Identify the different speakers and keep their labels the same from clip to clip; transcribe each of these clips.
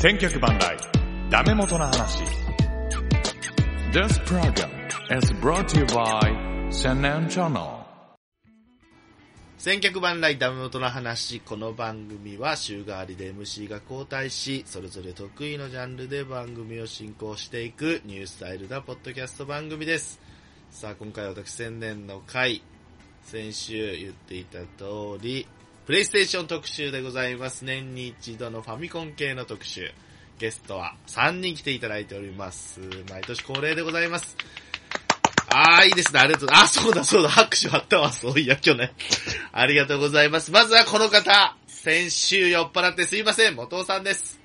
Speaker 1: 千脚万来ダメ元の話 This program is brought to you by 千年チャンネル
Speaker 2: 千客万来ダメ元の話この番組は週替わりで MC が交代しそれぞれ得意のジャンルで番組を進行していくニュースタイルなポッドキャスト番組ですさあ今回私千年の回先週言っていた通りプレイステーション特集でございます年に一度のファミコン系の特集ゲストは3人来ていただいております毎年恒例でございますああ、いいですね。ありがとう。あ、そうだ、そうだ。拍手あったわ。そういや、去年。ありがとうございます。まずはこの方。先週酔っ払ってすいません。元尾さんです。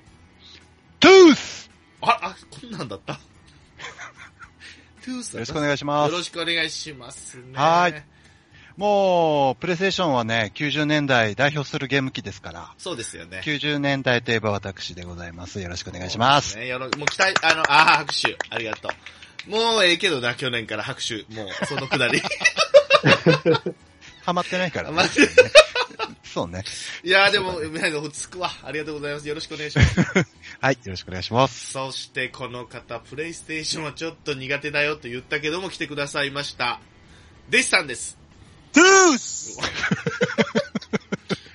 Speaker 3: トゥース
Speaker 2: あ、あ、こんなんだった。トゥース
Speaker 3: よろしくお願いしま
Speaker 2: よろ
Speaker 3: す。
Speaker 2: しくお願いしますね。
Speaker 3: はーい。もう、プレイステーションはね、90年代代表するゲーム機ですから、
Speaker 2: そうですよね。
Speaker 3: 90年代といえば私でございます。よろしくお願いします。
Speaker 2: ね、よろ、もう期待、あの、あー拍手。ありがとう。もうええけどな、去年から拍手。もう、そのくだ り。
Speaker 3: ハマってないからね。
Speaker 2: まず
Speaker 3: そうね。
Speaker 2: いやーでも、なんか落ち着くわ。ありがとうございます。よろしくお願いします。
Speaker 3: はい、よろしくお願いします。
Speaker 2: そしてこの方、プレイステーションはちょっと苦手だよと言ったけども来てくださいました。弟子さんです。
Speaker 3: トゥース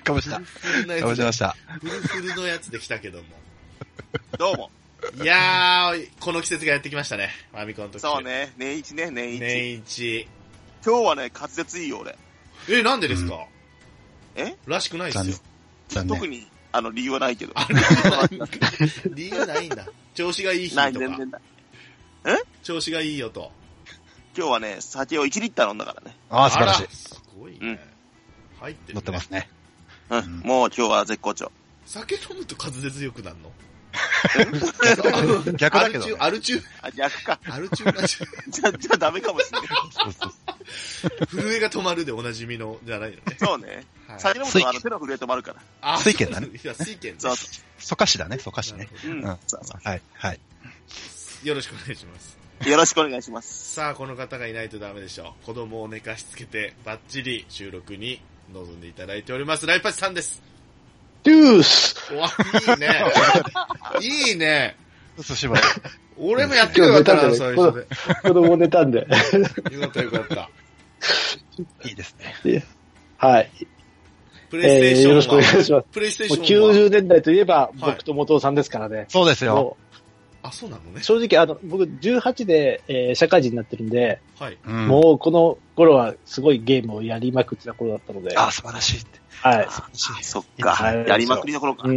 Speaker 3: かぶした。かぶしました。
Speaker 2: フルフルのやつで来たけども。
Speaker 4: どうも。
Speaker 2: いやー、この季節がやってきましたね。ファミコンと
Speaker 4: そう。ね。年一ね、年一。
Speaker 2: 年一。
Speaker 4: 今日はね、滑舌いいよ、俺。
Speaker 2: え、なんでですか、
Speaker 4: え
Speaker 2: らしくないですよ。
Speaker 3: 残
Speaker 4: 特
Speaker 3: 念。
Speaker 4: に、あの、理由はないけど。
Speaker 2: 理由ないんだ。調子がいい日と
Speaker 4: な
Speaker 2: か
Speaker 4: い、、全然ない。
Speaker 2: 調子がいいよと。
Speaker 4: 今日はね、酒を1リッター飲んだからね。
Speaker 3: ああ、素晴らしい
Speaker 2: あ。すごいね。
Speaker 4: うん
Speaker 2: 入ってる、ね。
Speaker 3: 乗ってますね。
Speaker 4: うん。
Speaker 3: ん
Speaker 4: もう今日は絶好調。
Speaker 2: 酒飲むと滑舌良くなるの
Speaker 3: 逆だけどね
Speaker 2: アルチュー、
Speaker 4: あ、逆か。
Speaker 2: アルチュー、アルチューラジオ
Speaker 4: じゃ、じゃダメかもしれ ない。
Speaker 3: そうそう
Speaker 2: 震えが止まるでおなじみの、じゃないのね。
Speaker 4: そうね。
Speaker 2: はい
Speaker 4: 酒飲むと、あの、手の震え止まるから。
Speaker 2: あ
Speaker 3: 水拳だね。
Speaker 2: いや、水拳
Speaker 4: そう
Speaker 2: だ。
Speaker 4: そ
Speaker 3: 蘇歌詞だね、蘇歌詞ね。
Speaker 4: う。う。
Speaker 3: うんん。は
Speaker 4: そうそ
Speaker 3: い、はい。
Speaker 2: う。よろしくお願いします。
Speaker 4: うよろしくお願いします。
Speaker 2: さあ、この方がいないとダメでしょう。子供を寝かしつけて、バッチリ収録に臨んでいただいております。ライパチさんです。
Speaker 5: トゥース
Speaker 2: おわ、いい ね。いいね。
Speaker 3: そうしばらく。
Speaker 2: 俺もやってくれたな、最初
Speaker 5: 子供寝たんで。
Speaker 2: で。よかった、よかった。
Speaker 3: いいですね。
Speaker 5: はい。
Speaker 2: プレイステ
Speaker 5: え
Speaker 2: ーションは、
Speaker 5: ー、よろしくお願いします。
Speaker 2: プレイステー
Speaker 5: も
Speaker 2: シ
Speaker 5: う
Speaker 2: ョンは、
Speaker 5: 90年代といえば、
Speaker 2: い
Speaker 5: 僕と元尾さんですからね。
Speaker 3: そうですよ。
Speaker 5: も
Speaker 2: あ、そうなのね
Speaker 5: う。正直、あの、僕18で、えー社会人になってるんで、
Speaker 2: はい。
Speaker 3: うん
Speaker 5: もうこの頃はすごいゲームをやりまくってた頃だったので、
Speaker 3: ああ、素晴らしいって。
Speaker 5: はい。
Speaker 3: 素晴らしい。
Speaker 4: そっ
Speaker 5: は
Speaker 4: か。
Speaker 5: い
Speaker 4: やりまくりどころか。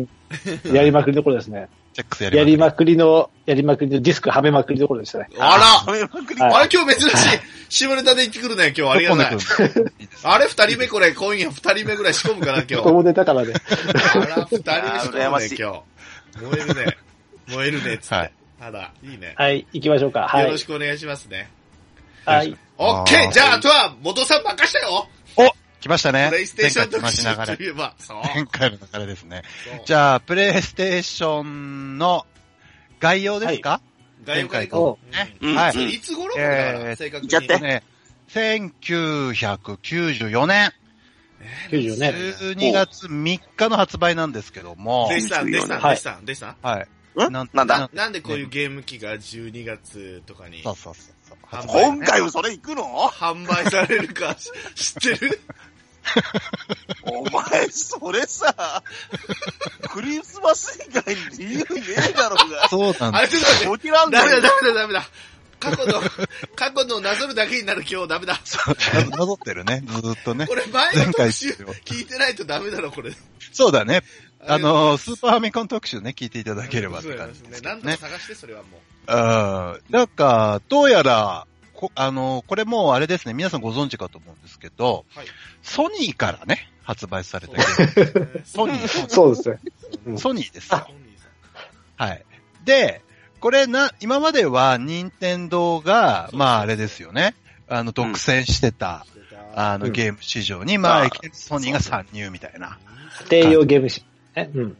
Speaker 5: やりまくりの頃ですね。
Speaker 3: チェックスやり
Speaker 5: や
Speaker 3: ます
Speaker 5: りまくりの、やりまくりのディスクはめまくりの頃でしたね。
Speaker 2: あら
Speaker 4: やりまくり。
Speaker 5: はい
Speaker 2: あれ今日珍しい。下ネタで行ってくるね、今日。ありがたい。あれ二人目これ、今夜二人目ぐらい仕込むかな、今
Speaker 5: 子
Speaker 2: 日。
Speaker 5: 供寝たからね。
Speaker 2: あら、二人目仕
Speaker 4: いや
Speaker 2: 込
Speaker 4: ー羨
Speaker 2: む
Speaker 4: ま
Speaker 2: ね
Speaker 4: しい、
Speaker 2: 今日。燃える ね。燃えるね、つって。
Speaker 3: はい
Speaker 2: あら、いいね。
Speaker 5: はい、行きましょうか。は
Speaker 2: よ
Speaker 5: い
Speaker 2: ろし。くお願いしますね。
Speaker 5: はい。
Speaker 2: オッケーじゃあ、あとは、元さん任したよ
Speaker 3: 来ましたね。
Speaker 2: プレイステーション特
Speaker 3: 前回と同じ流
Speaker 2: 集
Speaker 3: れ
Speaker 2: といえば。そう。
Speaker 3: 前回の流れですね。
Speaker 2: そう
Speaker 3: じゃあ、プレイステーションの概要ですか、
Speaker 2: 外国に行
Speaker 5: お
Speaker 2: こ
Speaker 4: うん。
Speaker 3: は
Speaker 2: う。
Speaker 3: い
Speaker 2: いついつ頃からだか
Speaker 3: え
Speaker 2: ら、
Speaker 3: ー
Speaker 2: 正確に。
Speaker 4: 行っちゃって
Speaker 3: ね、1994年
Speaker 5: 94年。
Speaker 3: 12月3日の発売なんですけども
Speaker 2: デ、シさん、デシさん、
Speaker 5: はい
Speaker 2: デシさん、デシさん。
Speaker 3: はい。
Speaker 4: んなんだ
Speaker 2: なんでこういうゲーム機が12月とかに
Speaker 3: そうそうそうそう。発売
Speaker 4: 今回もそれ行くの
Speaker 2: 販売されるか し知ってる
Speaker 4: お前、それさ、クリスマス以外に理由ねえだろうが。
Speaker 3: そうなん
Speaker 2: あ
Speaker 3: で
Speaker 2: れ
Speaker 3: す。
Speaker 2: ちょっと待って。
Speaker 4: こちらん
Speaker 2: ダメだ、
Speaker 4: だ
Speaker 2: ダ
Speaker 4: よ。
Speaker 2: メだ、ダメだ。過去の、 過去のなぞるだけになる今日ダメだ。
Speaker 3: なぞってるね。ずーっ とね
Speaker 2: こ。れ前
Speaker 3: 前
Speaker 2: の
Speaker 3: 回
Speaker 2: 特
Speaker 3: で
Speaker 2: 集
Speaker 3: すよ
Speaker 2: 聞いてないとダメだろ、これ。
Speaker 3: そうだね。あ
Speaker 2: れ、
Speaker 3: の、スーパーファミコン特集ね、聞いていただければって
Speaker 2: そうなん
Speaker 3: 感
Speaker 2: で
Speaker 3: じ
Speaker 2: す
Speaker 3: で
Speaker 2: ね
Speaker 3: す。けど
Speaker 2: なんとか探して、それはも
Speaker 3: うんなんか、どうやら、こあの、これもうあれですね、皆さんご存知かと思うんですけど、
Speaker 2: はい
Speaker 3: ソニーからね、発売され
Speaker 2: う。
Speaker 3: たゲーム。ソニー、ソニ
Speaker 5: そうですね。
Speaker 3: ー
Speaker 5: ん
Speaker 3: ソニーです
Speaker 2: さ
Speaker 3: よ。はい。で、これな、今までは任天堂が、
Speaker 2: そう
Speaker 3: まああれですよね、あの、独占してた、
Speaker 2: ん。
Speaker 3: あの、
Speaker 5: うん
Speaker 3: ゲーム市場に、ま
Speaker 4: ま
Speaker 3: あ、
Speaker 4: あ
Speaker 3: いきなりソニーが参入みたいな。
Speaker 5: 低用ゲームし、ね。うん。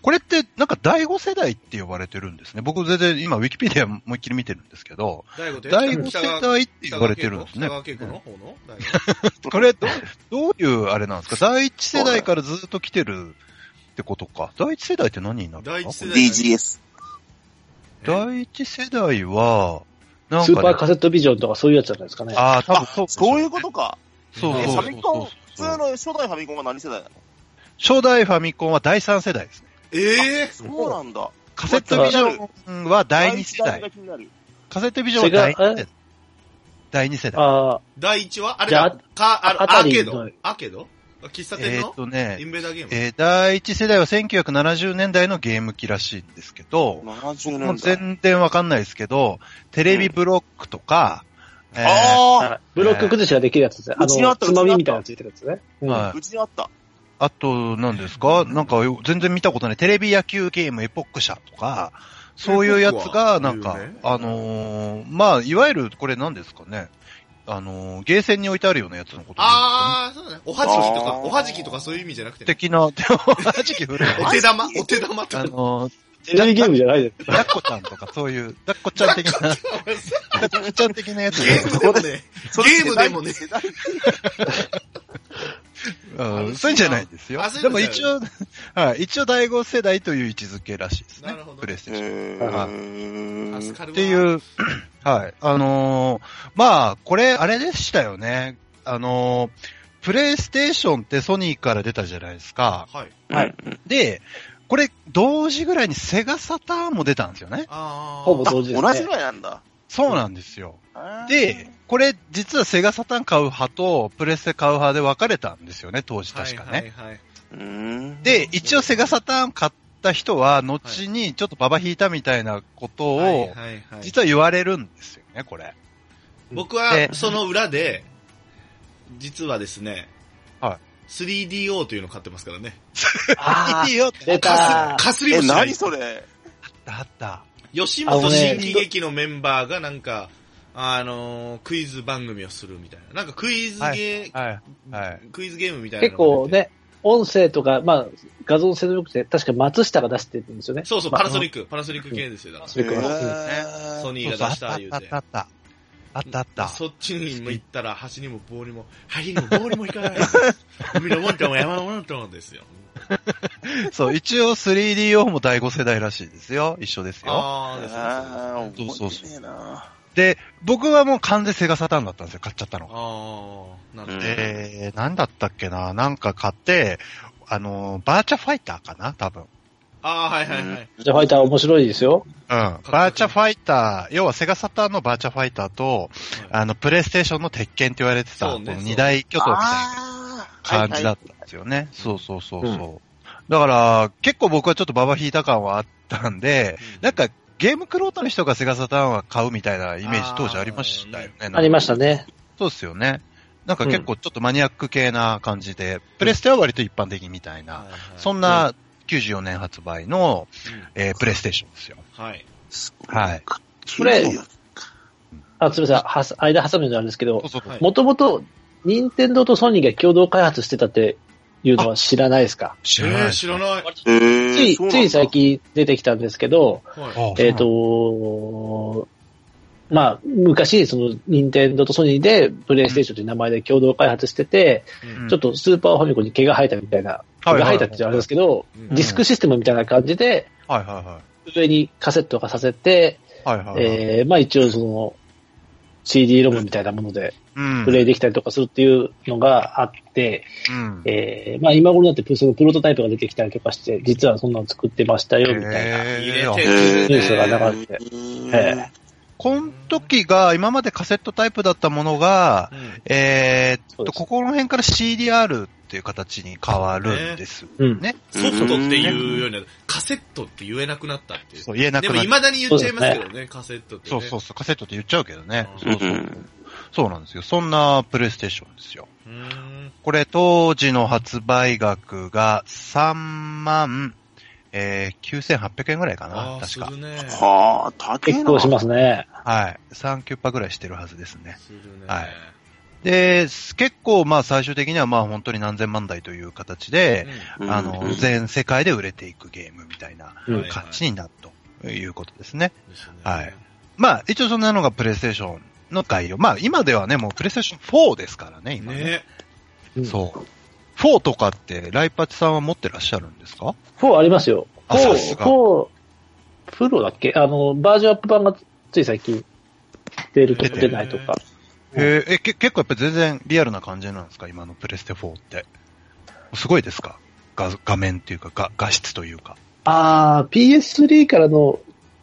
Speaker 3: これって、なんか第5世代って呼ばれてるんですね。僕全然今、ウィキペディアもう一気に見てるんですけど、
Speaker 2: 第5
Speaker 3: 第5世代って呼ばれてるんですね
Speaker 2: 北。川景子の方の第五
Speaker 3: これどう、どういうあれなんですか第一世代からずっと来てるってことか。第一世代って何になるの
Speaker 2: 第一世代
Speaker 4: DGS。
Speaker 3: 第一世代は、なん
Speaker 5: スーパー
Speaker 3: か、
Speaker 5: カ
Speaker 3: ね、
Speaker 5: セットビジョンとかそういうやつじゃないですかね。
Speaker 3: ああ、多分そう。
Speaker 4: そういうことか。
Speaker 3: そう
Speaker 4: え
Speaker 3: そうそ
Speaker 4: フ
Speaker 3: う
Speaker 4: ァミコン、普通
Speaker 3: そう
Speaker 4: の初代ファミコンが何世代なの
Speaker 3: 初代ファミコンは第三世代ですね。
Speaker 2: ええ
Speaker 4: そうなんだ。
Speaker 3: カセットビジョンは第二世代。
Speaker 4: が気になる。
Speaker 3: カセットビジョンは第二世
Speaker 5: セ
Speaker 3: 代。第二世代。
Speaker 5: あ
Speaker 2: 第1話あれ
Speaker 5: じゃ
Speaker 2: だ
Speaker 5: あ
Speaker 2: か、あの、
Speaker 5: あ
Speaker 2: ア
Speaker 5: た
Speaker 2: ー
Speaker 5: り
Speaker 2: ケー
Speaker 5: の
Speaker 2: ドアーケード喫茶店
Speaker 3: えー
Speaker 2: の
Speaker 3: っ、とね
Speaker 2: イ、ンベーダーゲーム、
Speaker 3: えー第一世代は1970年代のゲーム機らしいんですけど、
Speaker 4: 70
Speaker 3: もう
Speaker 4: 年代。
Speaker 3: 全然わかんないですけど、テレビブロックとか、えー
Speaker 4: あ
Speaker 5: あ、ブロック崩しができるやつですね。あ
Speaker 4: うちにあ
Speaker 5: の、
Speaker 4: った
Speaker 5: つまみみたいなのついてるやつね。うん
Speaker 3: は
Speaker 4: あ、
Speaker 3: いう
Speaker 4: ちにあった。
Speaker 3: あと、何ですかなんかよ、全然見たことない。テレビ野球ゲームエポック社とか、そういうやつが、なんか
Speaker 2: エポッ、クは
Speaker 3: あのーまあ、いわゆる、これ何ですかね。あのーゲーセンに置いてあるようなやつのことですかね。
Speaker 2: あー、そうだね。おはじきとか、
Speaker 4: あー
Speaker 2: おはじきとかそういう意味じゃなくてね、
Speaker 3: 的な、でも、正直 古い。
Speaker 2: お手玉お手玉と
Speaker 3: あ
Speaker 2: か。
Speaker 3: のー、
Speaker 5: テレビゲームじゃないです。
Speaker 3: だっこちゃんとか、そういう、だっこちゃん的な、だっこちゃん的なやつ
Speaker 2: ゲームでも ね、ゲームでもね、
Speaker 3: うん、そういうんじゃないんですよ
Speaker 2: あ。そうい
Speaker 3: で
Speaker 2: うん
Speaker 3: も
Speaker 2: じ
Speaker 3: 一
Speaker 2: ゃ
Speaker 3: 応、はい、一応 第5世代という位置づけらしいです
Speaker 2: な
Speaker 3: ね
Speaker 2: るほ。ど
Speaker 3: プレイステーション。
Speaker 4: え
Speaker 5: は
Speaker 4: ー
Speaker 2: 助。かるわ
Speaker 3: ってい。う、 はい。あのーまあ、これ、あれでしたよね。あのープレイステーションってソニーから出たじゃないですか。
Speaker 2: はい。
Speaker 4: はい。
Speaker 3: で、これ、同時ぐらいにセガサターンも出たんですよね。
Speaker 2: あー。
Speaker 5: ほぼ同時ですね。
Speaker 4: 同じぐらいなんだ。
Speaker 3: そうなんですよ。
Speaker 4: あー
Speaker 3: で、、これ、実はセガサターン買う派と、プレステ買う派で分かれたんですよね、当時確かね。
Speaker 2: はいはいはい。
Speaker 4: うーん、
Speaker 3: で、一応セガサターン買った人は、後にちょっとババ引いたみたいなこと
Speaker 2: はい
Speaker 3: を、
Speaker 2: はいはい
Speaker 3: 実は言われるんですよね、これ。
Speaker 2: 僕
Speaker 3: で
Speaker 2: は、その裏で、実はですね、
Speaker 3: は
Speaker 2: 3DO というのを買ってますからね。
Speaker 5: あ
Speaker 3: いいよって
Speaker 5: ー出
Speaker 2: か
Speaker 5: た
Speaker 2: す、かすり
Speaker 4: え、
Speaker 2: もしない
Speaker 4: 何。それ
Speaker 3: あった。
Speaker 2: 吉本
Speaker 5: あのね
Speaker 2: 新喜劇のメンバーがなんか、あのークイズ番組をするみたいな。なんかクイズゲー、
Speaker 3: はい。はい
Speaker 2: クイズゲームみたいな
Speaker 5: 結
Speaker 2: のが
Speaker 5: 構
Speaker 2: 出て。
Speaker 5: ね、音声とか、まあ、画像性能良くて、確か松下が出してるんですよね。
Speaker 2: そうそう、
Speaker 5: まあ
Speaker 2: パナソニック、パナソニック系ですよ。だか
Speaker 5: それか
Speaker 4: え
Speaker 5: ら
Speaker 4: ー
Speaker 2: らソニ
Speaker 3: そう
Speaker 2: ー
Speaker 3: そう
Speaker 2: が
Speaker 3: あ
Speaker 2: 出
Speaker 3: っ
Speaker 2: した
Speaker 3: あ
Speaker 2: た
Speaker 3: っ
Speaker 2: 言う
Speaker 3: たあ
Speaker 2: て
Speaker 3: っ。た。あったあった。
Speaker 2: そっちにも行ったら、橋にも棒にも、針にも棒にも行かない。海のもんとも山のもんともですよ。
Speaker 3: そう、一応 3DO も第5世代らしいですよ。一緒ですよ。
Speaker 2: あーですねそうですね。
Speaker 3: そうそ
Speaker 4: あー、
Speaker 3: うそう
Speaker 4: 覚えてねえな
Speaker 3: で、僕はもう完全セガサターンだったんですよ、買っちゃったのが。
Speaker 2: あー、なん
Speaker 4: うん
Speaker 2: で。
Speaker 3: で、なんだったっけななんか買って、あの、バーチャファイターかな多分。
Speaker 2: あー、はいはいはい。
Speaker 5: じゃあファイター面白いですよ。
Speaker 3: うん。バーチャファイター、要はセガサターンのバーチャファイターと、あの、プレイステーションの鉄拳って言われてた、
Speaker 2: そうね
Speaker 3: この
Speaker 2: そう
Speaker 3: 二大巨頭みたいな
Speaker 4: あー
Speaker 3: 感じだ
Speaker 4: は
Speaker 3: っ
Speaker 4: い
Speaker 3: たんですよね。そうそうそうそう。だから、結構僕はちょっとババ引いた感はあったんで、なんか、ゲームクロートの人がセガサターンは買うみたいなイメージ当時ありましたよね。なんか
Speaker 5: ありましたね。
Speaker 3: そうですよね。なんか結構ちょっとマニアック系な感じで、プレステは割と一般的みたいな、そ
Speaker 2: ん
Speaker 3: んな94年発売の、えープレイステーションですよ。
Speaker 2: はい。
Speaker 3: はい。
Speaker 5: これあ、すみませんはさ、間挟むようになるんですけど
Speaker 3: そう、そうそう
Speaker 2: はい
Speaker 5: もともと、任天堂とソニーが共同開発してたっていうのは知らないですか
Speaker 3: 知
Speaker 2: えー、知ら
Speaker 3: ない。
Speaker 2: ない。
Speaker 4: えー、
Speaker 5: つい、
Speaker 4: そうなん
Speaker 5: つ
Speaker 4: だ
Speaker 5: い最。近出てきたんですけど、
Speaker 2: はい
Speaker 3: あ
Speaker 5: えっ、、と、まあ、昔、その、任天堂とソニーで、プレイステーションという名前で共同開発してて、
Speaker 2: うん
Speaker 5: ちょっとスーパーファミコンに毛が生えたみたいな、毛
Speaker 3: はい
Speaker 5: が生えたって言われるんですけど、
Speaker 2: うん
Speaker 5: ディスクシステムみたいな感じで、
Speaker 3: はいは
Speaker 5: 上にカセット化させて、
Speaker 3: いはい。はいはいはい。
Speaker 5: えー、まあ一応その、CD ロムみたいなもので
Speaker 3: うん
Speaker 5: プレイできたりとかするっていうのがあって、
Speaker 3: うん
Speaker 5: えー、まあ今頃になってそのプロトタイプが出てきたりとかして、実はそんなの作ってましたよみたいな。
Speaker 3: えー
Speaker 2: 入れて
Speaker 4: え
Speaker 5: ニュースが流れて
Speaker 4: え
Speaker 3: この時が、今までカセットタイプだったものが、
Speaker 2: うん
Speaker 3: えーっ
Speaker 5: そう
Speaker 3: と、
Speaker 5: です
Speaker 3: ここの辺から CDR っていう形に変わるんです。
Speaker 5: うん。
Speaker 3: ね。
Speaker 2: ソフトっていうようになる。カセットって言えなくなったっていう。
Speaker 3: そう、言えなく
Speaker 2: で
Speaker 3: な
Speaker 2: も
Speaker 3: る。
Speaker 2: 未だに言っちゃいますけどね、カセットって、ね。
Speaker 3: そうそうそう、カセットって言っちゃうけどね。
Speaker 2: う
Speaker 3: そ
Speaker 2: ん
Speaker 3: うそう。そうなんですよ。そんなプレイステーションですよ。
Speaker 2: うーん。
Speaker 3: これ、当時の発売額が3万、えー、9800円ぐらいか
Speaker 2: あ
Speaker 3: な、
Speaker 2: あ、
Speaker 3: 確
Speaker 2: す
Speaker 3: か。
Speaker 2: るね。
Speaker 4: はあ、高えな。
Speaker 5: 結構しますね。
Speaker 3: はい。3、9%ぐらいしてるはずですね。
Speaker 2: するね。
Speaker 3: はいで、結構、まあ、最終的には、まあ、本当に何千万台という形で、
Speaker 4: うん
Speaker 3: あの、
Speaker 4: うん
Speaker 3: 全世界で売れていくゲームみたいな
Speaker 5: うん
Speaker 2: はい
Speaker 3: 感じになるということですね。
Speaker 2: うんですね
Speaker 3: はいまあ、一応そんなのがプレイステーションの概要。まあ、今ではね、もうプレイステーション4ですからね、今ね。
Speaker 2: ね
Speaker 5: うん
Speaker 3: そう。 4とかって、ライパチさんは持ってらっしゃるんですか
Speaker 5: 4ありますよ。
Speaker 3: あさす
Speaker 5: 4、
Speaker 3: が
Speaker 5: 4、プロだっけあの、バージョンアップ版がつい最近出るとか出ないとか。
Speaker 3: へええ、け結構やっぱ全然リアルな感じなんですか今のプレステ4って。すごいですか画画面っていうか画、画質というか。
Speaker 5: あー、PS3 からの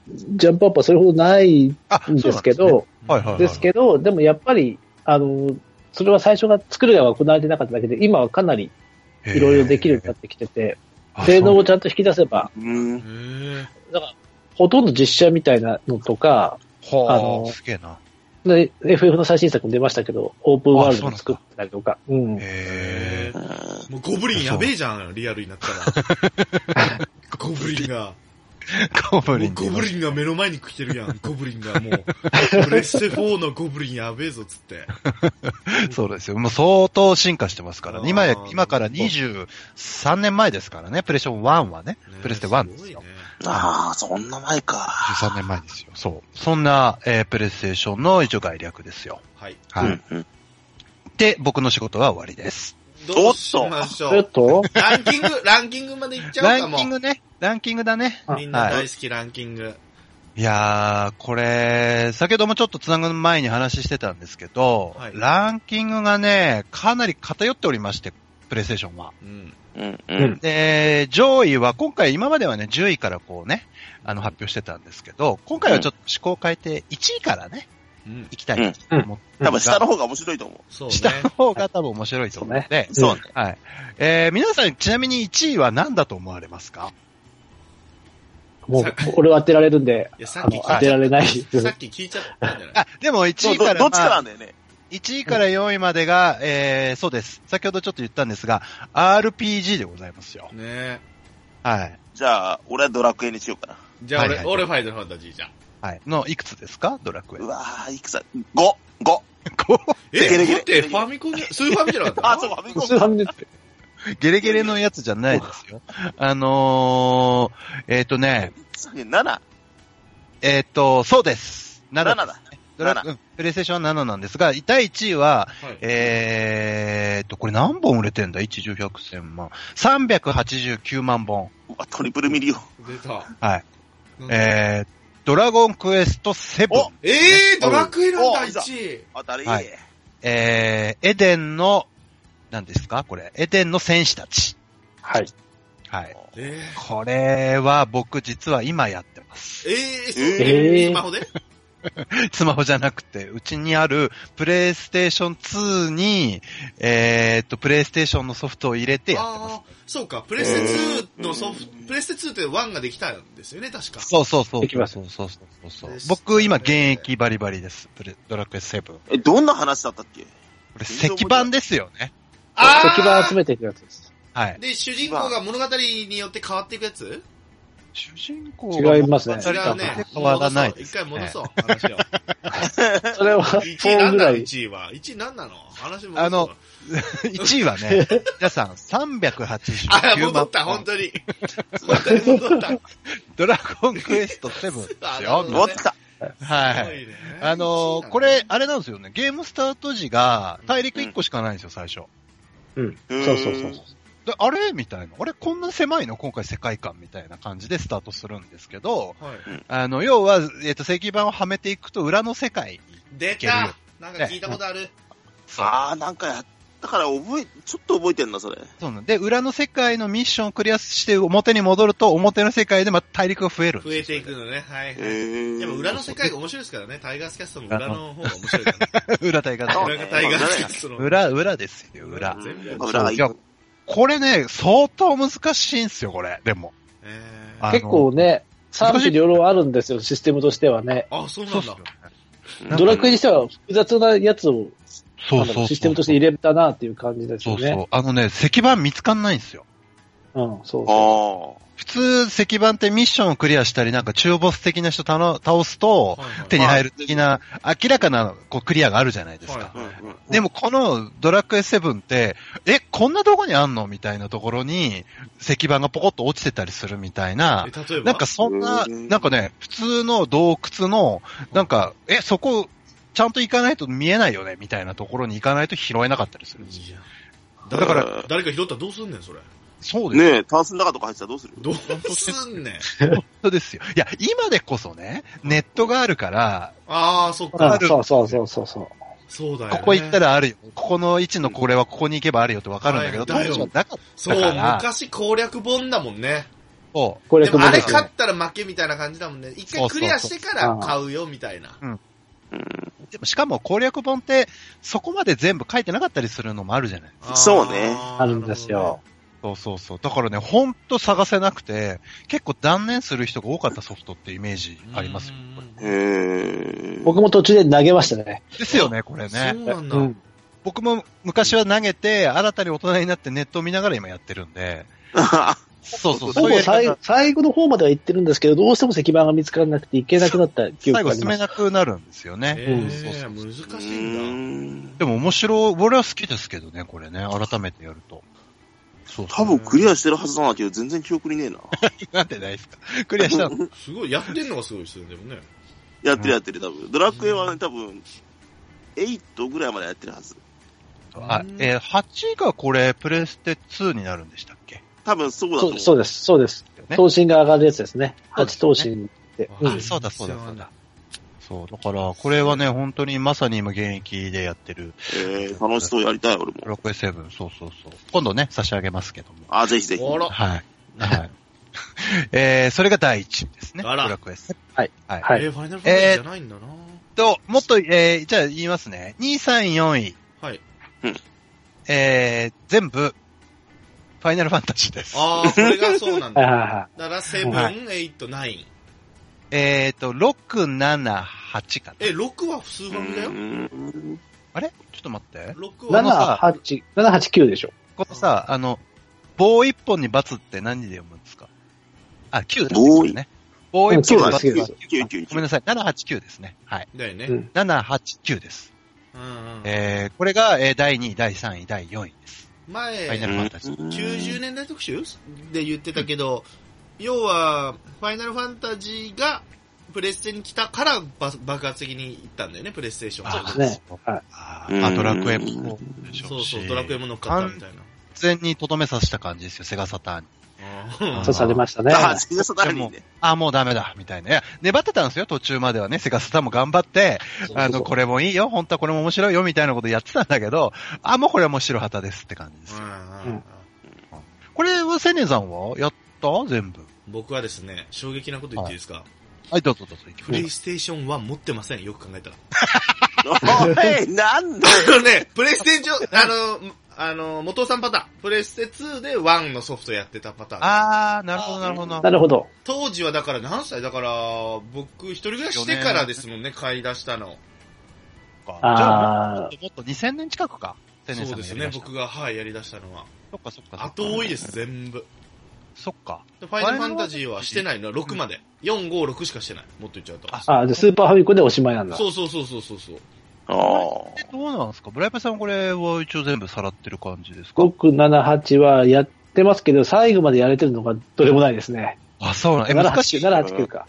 Speaker 5: ジャンプアップはそれほどないん
Speaker 3: あ、そうなん
Speaker 5: ですけど、
Speaker 3: ね、はいはい、はい。
Speaker 5: ですけど、でもやっぱり、あの、それは最初が作る側が行われてなかっただけで、今はかなり
Speaker 3: へえ
Speaker 5: いろいろできるようになってきてて、
Speaker 3: あ
Speaker 5: 性能
Speaker 3: そう
Speaker 5: をちゃんと引き出せば、
Speaker 4: うん。
Speaker 2: へ
Speaker 5: だから、ほとんど実写みたいなのとか、
Speaker 3: はあ、
Speaker 5: あの
Speaker 3: すげえな。
Speaker 5: で FF の最新作も出ましたけど、オープンワールドも作ってたりとか、うん。
Speaker 3: へえ
Speaker 2: え。もうゴブリンやべえじゃん、リアルになったら。 ゴブリンが。
Speaker 3: ゴブ
Speaker 2: も
Speaker 3: リ
Speaker 2: う
Speaker 3: ン。
Speaker 2: ゴブリンが目の前に来てるやん、ゴブリンがもう。プレステ4のゴブリンやべえぞ、つって。
Speaker 3: そうですよ。もう相当進化してますから
Speaker 2: あー
Speaker 3: ね。今や、今から23年前ですからね。プレステ1はね。プレステ1です
Speaker 2: す
Speaker 3: よ
Speaker 2: ごい。ね
Speaker 4: ああ、そんな前か。
Speaker 3: 13年前ですよ。そう。そんな、えープレイステーションの一応概略ですよ。
Speaker 2: はい。
Speaker 3: はい。
Speaker 4: うんうん。
Speaker 3: で、僕の仕事は終わりです。
Speaker 2: どうしまし
Speaker 5: そ
Speaker 2: ょ
Speaker 5: れ
Speaker 2: う。
Speaker 5: と、
Speaker 2: ランキング、ランキングまでいっちゃう
Speaker 3: ラ
Speaker 2: か
Speaker 3: ンキン
Speaker 2: も。
Speaker 3: グね。ランキングだね。
Speaker 5: あ
Speaker 2: みんな大好きランキング。
Speaker 3: いやー、これ、先ほどもちょっとつなぐ前に話してたんですけど、
Speaker 2: はい
Speaker 3: ランキングがね、かなり偏っておりまして、プレイステーションは。
Speaker 2: うん。
Speaker 4: うん
Speaker 5: う
Speaker 4: うんん。
Speaker 3: で、上位は今回、今まではね、10位からこうね、あの、発表してたんですけど、今回はちょっと思考を変えて、1位からね、
Speaker 2: うん。
Speaker 3: 行きたいと思って、
Speaker 4: 多分下の方が面白いと思う。
Speaker 2: そうね。
Speaker 3: 下の方が多分面白いと思うので、
Speaker 4: そうね。
Speaker 3: はい。えー、皆さん、ちなみに1位は何だと思われますか
Speaker 5: もう、 俺は当てられるんで、
Speaker 2: いや、さ
Speaker 5: あ
Speaker 2: っき
Speaker 5: の、
Speaker 2: 聞
Speaker 5: 当
Speaker 2: いち
Speaker 5: て
Speaker 2: ゃ
Speaker 5: ら
Speaker 2: っ
Speaker 5: れない。
Speaker 2: た。 さっき聞いちゃったんじゃない
Speaker 3: あ、でも1
Speaker 4: ど
Speaker 3: 位
Speaker 4: どど
Speaker 3: か
Speaker 4: っ
Speaker 3: ら、
Speaker 4: ちかなんだよね。
Speaker 3: 1位から4位までが、えー、そうです。先ほどちょっと言ったんですが、RPG でございますよ。
Speaker 2: ねえ。
Speaker 3: はい。
Speaker 4: じゃあ、俺はドラクエにしようかな。
Speaker 2: じゃあ
Speaker 3: はいは
Speaker 2: 俺、
Speaker 3: い
Speaker 2: 俺ファイナルファンタジーじゃん。
Speaker 3: はい。の、いくつですかドラクエ
Speaker 4: う。わー、いくさ、5、5。
Speaker 3: こ
Speaker 2: え、
Speaker 4: ゲレゲレ
Speaker 2: だってファミコンじゃ、スーファミじゃなかった
Speaker 4: あ、そう、ファミコン
Speaker 5: 普通は見てて
Speaker 3: うゲレゲレのやつじゃないですよ。あのー、えっ、とね、
Speaker 4: 7、
Speaker 3: えっ、と、そうです。7
Speaker 4: 7
Speaker 3: です
Speaker 4: だ。
Speaker 3: ドラうんプレイステーションは7なんですが、第1位は、
Speaker 2: はい
Speaker 3: えーっと、これ何本売れてんだ ?1、10、100、1000万。389万本。
Speaker 4: うわトリプルミリオン。
Speaker 2: 出た。
Speaker 3: はい。
Speaker 2: なんだ
Speaker 3: えー、ドラゴンクエスト7。
Speaker 4: お
Speaker 2: えー、ドラクエなんだ、
Speaker 4: おいざ
Speaker 2: 1位。
Speaker 4: あ、誰
Speaker 3: はいえー、エデンの、何ですかこれ。エデンの戦士たち。
Speaker 5: はい。
Speaker 3: はい。
Speaker 2: え
Speaker 3: これは僕実は今やってます。
Speaker 2: ー、えー、そう
Speaker 5: えー
Speaker 2: スマホで
Speaker 3: スマホじゃなくて、うちにあるプレイステーション2に、えーっと、プレイステーションのソフトを入れてやってます
Speaker 2: ああ。ー、そうか、プレステ2のソフト、プレステ2って1ができたんですよね、確か。
Speaker 3: そうそうそう。
Speaker 5: できます
Speaker 3: そうそうそうそう
Speaker 2: です
Speaker 3: 僕、今、現役バリバリです。プレドラクエ7。こ
Speaker 4: え、どんな話だったっけ
Speaker 3: れ、石版ですよね。
Speaker 2: あ
Speaker 5: 石板集めていくやつです。
Speaker 3: はい。
Speaker 2: で、主人公が物語によって変わっていくやつ
Speaker 3: 主人公
Speaker 5: 違いますね
Speaker 3: 物
Speaker 2: 違
Speaker 3: 語と
Speaker 2: うね。
Speaker 3: 変わらない
Speaker 2: 戻そう
Speaker 3: で
Speaker 2: 一
Speaker 3: すね
Speaker 2: 回戻そう、話を。
Speaker 5: それは
Speaker 2: 1位
Speaker 5: 4
Speaker 2: 何
Speaker 5: ぐ
Speaker 2: な
Speaker 5: ら
Speaker 2: の
Speaker 5: い。
Speaker 2: ?1 位は。1位何なの話戻そう。
Speaker 3: あの、1位は ね、皆さん、
Speaker 2: あ、
Speaker 3: 389
Speaker 2: 戻
Speaker 3: 万
Speaker 2: った、本
Speaker 3: 本。
Speaker 2: 当に。本当に戻った。
Speaker 3: ドラゴンクエスト7です
Speaker 2: あなる
Speaker 3: よ
Speaker 2: ほ。
Speaker 4: 持ってた。
Speaker 2: す
Speaker 3: は
Speaker 2: ご
Speaker 3: い。
Speaker 2: ね
Speaker 3: あの
Speaker 2: 1位な
Speaker 3: ー、これ、あれなんですよね。ゲームスタート時が、大陸1個しかないんですよ、最初。
Speaker 4: うん
Speaker 5: そうそうそう。
Speaker 3: で、あれみたいな。あれこんな狭いの今回世界観みたいな感じでスタートするんですけど、
Speaker 2: はい。
Speaker 3: あの、要は、えっ、と、石板をはめていくと裏の世界に
Speaker 2: 出
Speaker 3: けるよ
Speaker 2: たなんか聞いたことある。
Speaker 4: あー、なんかやったから覚え、ちょっと覚えてんな、それ。
Speaker 3: そうなんで、裏の世界のミッションをクリアして表に戻ると、表の世界でまた大陸が増える。
Speaker 2: 増えていくのね。はい
Speaker 4: え
Speaker 2: はい。
Speaker 4: ー。
Speaker 2: でも裏の世界が面白いですからね。タイガースキャストも裏の方が面白いからね。
Speaker 3: 裏大
Speaker 4: あ
Speaker 3: 陸。
Speaker 2: 裏がタイガースキャストの。
Speaker 3: 裏、裏ですよ、裏。
Speaker 2: 全部
Speaker 4: あ裏がいい
Speaker 3: い。やこれね、相当難しいんすよ、これ。でも。
Speaker 2: えー
Speaker 3: あ
Speaker 5: 結構ね、賛否両論あるんですよ、システムとしてはね。
Speaker 2: あ、そうな
Speaker 3: そうんっす
Speaker 2: だ
Speaker 3: よ。ね。
Speaker 5: ドラクエにしては複雑なやつを、
Speaker 3: そう
Speaker 5: なん
Speaker 3: そ
Speaker 5: だろ
Speaker 3: う。
Speaker 5: うシステムとして入れたなっていう感じです
Speaker 3: そ
Speaker 5: よ
Speaker 3: う
Speaker 5: ね。
Speaker 3: そう。あのね、石板見つかんないんですよ。
Speaker 5: うん、そう
Speaker 4: あ
Speaker 5: そう。
Speaker 3: 普通、石板ってミッションをクリアしたり、なんか中ボス的な人たの倒すと、
Speaker 2: はいはい
Speaker 3: 手に入る的な、明らかなこうクリアがあるじゃないです
Speaker 2: はい
Speaker 3: か。
Speaker 4: ー。うんうん。
Speaker 3: でもこのドラクエ7って、え、こんなとこにあんのみたいなところに、石板がポコッと落ちてたりするみたいな、
Speaker 2: え例えば
Speaker 3: なんかそんな、
Speaker 4: うん
Speaker 3: なんかね、普通の洞窟の、なんか、え、そこ、ちゃんと行かないと見えないよねみたいなところに行かないと拾えなかったりするんですよ。
Speaker 2: いや誰か
Speaker 3: だ
Speaker 2: ら、誰か拾ったらどうすんねん、それ。
Speaker 3: そうですよ。
Speaker 4: ねえ、タンスの中とか入ってたらどうする
Speaker 2: どうすんねん。
Speaker 3: そうですよ。いや、今でこそね、ネットがあるから、
Speaker 2: ああ、そっ
Speaker 3: あ
Speaker 2: か。
Speaker 3: る
Speaker 5: そうそうそうそうそう。
Speaker 2: そうだよ、ね。
Speaker 3: ここ行った
Speaker 2: ら。
Speaker 3: らあるよ。ここの位置のこれはここに行けばあるよってわかるんだけど、
Speaker 2: はいだよ
Speaker 3: 当時はなかっ
Speaker 2: そう、
Speaker 3: だから
Speaker 2: 昔攻略本だもんね。
Speaker 3: たと。
Speaker 5: これ
Speaker 2: でもあれ
Speaker 5: ですね
Speaker 2: 勝ったら負けみたいな感じだもんね。一回クリアしてから買うよみたいな。
Speaker 4: うん。
Speaker 3: でもしかも攻略本って、そこまで全部書いてなかったりするのもあるじゃない。
Speaker 4: うそうそうそうね
Speaker 2: あー
Speaker 5: あるんですよ。。
Speaker 3: そうそうそう。だからね、ほんと探せなくて、結構断念する人が多かったソフトってイメージありますよ。これ
Speaker 2: うん
Speaker 4: へえ。
Speaker 5: 僕も途中で投げましたね。
Speaker 3: ですよね、これね
Speaker 2: そ。うなんだ。
Speaker 5: うん
Speaker 3: 僕も昔は投げて、新たに大人になってネットを見ながら今やってるんで。そうそう、
Speaker 5: ほ
Speaker 3: そういう
Speaker 5: ぼ
Speaker 3: やり方
Speaker 5: 最最後の方までは行ってるんですけど、どうしても石板が見つからなくて行けなくなった記
Speaker 3: 最後
Speaker 5: 憶があり
Speaker 3: 進
Speaker 5: ま
Speaker 3: め
Speaker 5: す。
Speaker 3: なくなるんですよね。
Speaker 2: え
Speaker 5: うん
Speaker 3: そうそう
Speaker 2: ー、難しいんだ。
Speaker 4: ん
Speaker 3: でも面白い、俺は好きですけどね、これね、改めてやると。そうそ
Speaker 4: 多分クリアしてるはずなんだけど、全然記憶にね えな。
Speaker 3: う。なんでないですか。クリアしたの。
Speaker 2: すごい、やってんのがすごいですよね、でもね。
Speaker 4: やってるやってる、多分。ドラクエはね、多分、8ぐらいまでやってるはず。
Speaker 3: あ、えー8がこれ、プレステ2になるんでしたっけ
Speaker 4: 多分そうだと
Speaker 5: そ
Speaker 4: 思
Speaker 5: う
Speaker 4: う。
Speaker 5: そうです、そうです。
Speaker 3: ね
Speaker 5: 等身が上がるやつですね。
Speaker 3: そう
Speaker 5: 立
Speaker 3: で
Speaker 5: ち
Speaker 3: すね
Speaker 5: 等身って。
Speaker 2: うん
Speaker 3: あ、そうだそうだそうだ。そう、だから、これはね、本当にまさに今現役でやってる、
Speaker 4: えー、楽しそうやりたい、俺も。
Speaker 3: 6 7そうそうそう。今度ね、差し上げますけども。
Speaker 4: あ、ぜひぜひ。
Speaker 2: あら、
Speaker 3: はい。はい。 えー、それが第一位ですね。
Speaker 2: あら
Speaker 3: ドラクエ7
Speaker 5: はい。
Speaker 3: はい。
Speaker 5: はい。
Speaker 2: えー、ファイナルファンタジーじゃないんだな、
Speaker 3: と、もっと、えー、じゃあ言いますね。2位、3位、4位。
Speaker 2: はい。
Speaker 3: えー、全部、ファイナルファンタジーです。
Speaker 2: ああ、それがそうなん
Speaker 5: はい
Speaker 2: だ。
Speaker 5: はいは
Speaker 2: だから、セブン、
Speaker 3: は
Speaker 2: エイト、ナイン。
Speaker 3: えーと、6、7、8かな。
Speaker 2: え、六は普通
Speaker 4: う
Speaker 2: 版だよ。
Speaker 4: ん。
Speaker 3: あれちょっと待って。
Speaker 2: 六
Speaker 5: い。
Speaker 3: な
Speaker 2: は
Speaker 3: んだ
Speaker 5: 7、8、7、8、9でしょ。
Speaker 3: このさ、あの、棒一本に罰って何で読むんですかあ、9だね。
Speaker 4: 棒
Speaker 3: 9ね。棒一
Speaker 5: そう
Speaker 3: 本
Speaker 5: だ
Speaker 3: に罰。
Speaker 5: そうだ
Speaker 3: あごめんなさい。789ですね。はい。
Speaker 2: だよね。
Speaker 5: う
Speaker 2: うんん
Speaker 3: 789です。
Speaker 2: うん。
Speaker 3: えー、これが、えー、第2位、第3位、第4位です。ファイ
Speaker 2: 前
Speaker 3: ナル、ファンタジー。
Speaker 2: 90年代特集で言ってたけど、要は、ファイナルファンタジーが、プレステに来たからば爆発的に行ったんだよね、プレイステーション
Speaker 3: あ
Speaker 5: そうですね
Speaker 3: そう
Speaker 5: はい
Speaker 3: あ
Speaker 4: うん
Speaker 3: ーあドラクエもそうでしょ
Speaker 2: そうう
Speaker 3: し
Speaker 2: そう、ドラクエも乗っかったみたいな。
Speaker 3: 完全にとどめさせた感じですよ、セガサターンに。
Speaker 2: あ
Speaker 5: そうされましたね。
Speaker 4: あ、セガサターンにね。
Speaker 3: あー、もうダメだ、みたいな。いや、粘ってたんですよ、途中まではね。セガサターンも頑張って、
Speaker 5: そう
Speaker 3: あ
Speaker 5: そう
Speaker 3: の、これもいいよ、本当はこれも面白いよ、みたいなことやってたんだけど、あ、もうこれはもう白旗ですって感じです
Speaker 2: ー
Speaker 3: よ。
Speaker 2: うんうんうん
Speaker 3: これは千年さんはやった全部。
Speaker 2: 僕はですね、衝撃なこと言っていいですか
Speaker 3: はい、どうぞどうぞ、行き
Speaker 2: プ
Speaker 3: まし
Speaker 2: レ
Speaker 3: ょ
Speaker 2: イステーション1持ってません、よく考えたら。
Speaker 4: おい、なんだ
Speaker 2: あの ね、プレイステーション、あの、あの、元尾さんパターン。プレステ2で1のソフトやってたパタ
Speaker 3: う。
Speaker 2: ーン。
Speaker 3: あー、なるほど、なるほど。
Speaker 5: なるほど。
Speaker 2: 当時はだから何歳だから、僕一人暮らししてからですもんね、買い出したの。
Speaker 3: じゃあ、
Speaker 5: あ
Speaker 3: もっともっと2000年近くか。千年
Speaker 2: そ
Speaker 3: さ
Speaker 2: うんで
Speaker 3: がや
Speaker 2: すね
Speaker 3: りま、した
Speaker 2: 僕が、はい、やり出したのは。
Speaker 3: そっかそっかそっか。
Speaker 2: あと多いです、全部。
Speaker 3: そっか。
Speaker 2: でファイナルファンタジーはしてないの、6まで。4、5、6しかしてない。もっと言っちゃうと。
Speaker 3: あ
Speaker 5: あ。ああ、でスーパーファミコンでおしまいなんだ。
Speaker 2: そうそうそうそうそうそう。
Speaker 4: あ
Speaker 3: え、どうなんですかブライパさんこれは一応全部さらってる感じですか
Speaker 5: 5、7、8はやってますけど、最後までやれてるのがどれもないですね。
Speaker 3: あ、そうなん。え、
Speaker 5: 7、
Speaker 3: 難しい。
Speaker 5: 8、7、8、9か。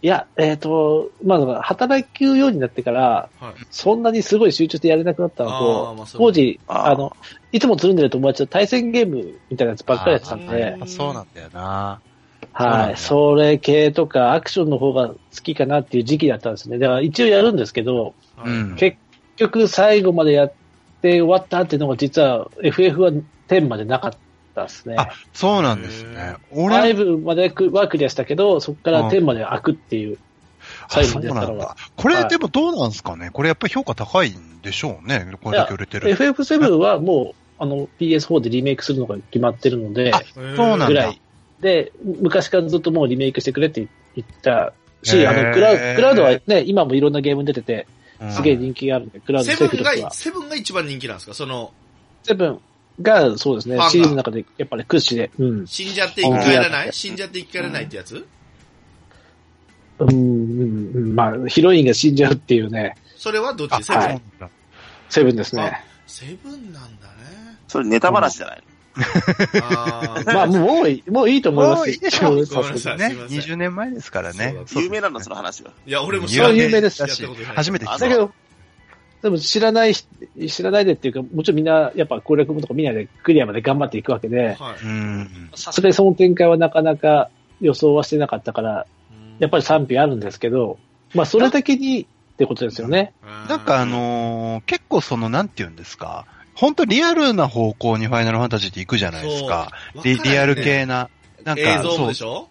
Speaker 5: いや、えっ、と、まあだから、働くようになってから、
Speaker 2: はい。
Speaker 5: そんなにすごい集中してやれなくなったの
Speaker 2: あー
Speaker 5: と、
Speaker 2: まあそう
Speaker 5: 当時、
Speaker 4: あー
Speaker 5: あの、いつもつるんでる友達と対戦ゲームみたいなやつばっかりやってたん
Speaker 2: あ
Speaker 5: で
Speaker 2: ー、
Speaker 3: あそうなんだよな。そうなん
Speaker 5: は
Speaker 3: だ
Speaker 5: い。それ系とか、アクションの方が好きかなっていう時期だったんですね。だから一応やるんですけど、
Speaker 2: は
Speaker 3: う
Speaker 2: い
Speaker 3: ん。
Speaker 5: 結局最後までやって終わったっていうのが実は FF は10までなかったですね。
Speaker 3: あそうなんです
Speaker 2: へ
Speaker 3: ね
Speaker 2: ー。
Speaker 3: 俺は
Speaker 5: 5まではクリアしたけど、そこから10まで開くっていう。
Speaker 3: あ
Speaker 5: 最
Speaker 3: そう
Speaker 5: 後にやっ
Speaker 3: な
Speaker 5: た
Speaker 3: ん
Speaker 5: の
Speaker 3: だ
Speaker 5: は。
Speaker 3: こ
Speaker 5: は
Speaker 3: れ
Speaker 5: い
Speaker 3: でもどうなんですかねこれやっぱり評価高いんでしょうね。これだけ売れてる。
Speaker 5: FF7 はもう、あの、PS4 でリメイクするのが決まってるので
Speaker 3: あ、そうなん
Speaker 5: ぐ
Speaker 3: だ
Speaker 5: らい。で、昔からずっともうリメイクしてくれって言った
Speaker 3: へ
Speaker 5: し、
Speaker 3: ー
Speaker 5: あの、クラウクラウドはね、今もいろんなゲームに出てて、
Speaker 3: うん
Speaker 5: すげえ人気があるんで、クラウド
Speaker 2: セ
Speaker 5: セー
Speaker 2: ブ
Speaker 5: フ
Speaker 2: ン
Speaker 5: とか
Speaker 2: が、
Speaker 5: は。
Speaker 2: セブンが一番人気なんですかその、
Speaker 5: セブンが、そうですね
Speaker 2: ファンが、
Speaker 5: シリーズの中でやっぱり屈指で、うん。
Speaker 2: 死んじゃって生き返らない死んじゃって生き返らないってやつ
Speaker 5: うん、うんうん、まあ、ヒロインが死んじゃうっていうね、
Speaker 2: それはどっ
Speaker 3: あ、
Speaker 2: ち
Speaker 3: そ
Speaker 2: セ
Speaker 3: う
Speaker 2: ブン、
Speaker 3: なんだ。
Speaker 5: セブンですね。
Speaker 2: セブンなんだね。
Speaker 4: それネタ話じゃない
Speaker 2: あー
Speaker 5: まあ、もういい、もういいと思います。
Speaker 3: もういいでしょう
Speaker 5: さす
Speaker 2: ごめん
Speaker 5: がに
Speaker 2: なさい
Speaker 3: ね
Speaker 2: すいません
Speaker 3: 20年前ですからね。
Speaker 2: そうだ
Speaker 4: の有名なんだ、その話は。
Speaker 2: いや、俺も
Speaker 5: 有名です
Speaker 2: や
Speaker 3: だ
Speaker 2: った
Speaker 3: し
Speaker 2: ことない。
Speaker 3: 初めて聞い
Speaker 4: あ
Speaker 3: た
Speaker 5: だけど、多分知らないし、知らないでっていうか、もちろんみんな、やっぱ攻略本とか見ないでクリアまで頑張っていくわけで、
Speaker 2: は
Speaker 3: う
Speaker 2: い。
Speaker 3: ん。
Speaker 4: さ
Speaker 5: それでその展開はなかなか予想はしてなかったから、やっぱり賛否あるんですけど、まあそれだけにってことですよね。
Speaker 2: な
Speaker 3: なんかあ、のー結構その、なんて言うんですか、本当リアルな方向にファイナルファンタジーって行くじゃないですか。
Speaker 2: そう
Speaker 3: リリアル。
Speaker 2: わ
Speaker 3: 系な。な
Speaker 2: からん
Speaker 3: ん
Speaker 2: ね映
Speaker 3: か、
Speaker 2: 像も
Speaker 3: そう
Speaker 2: でしょ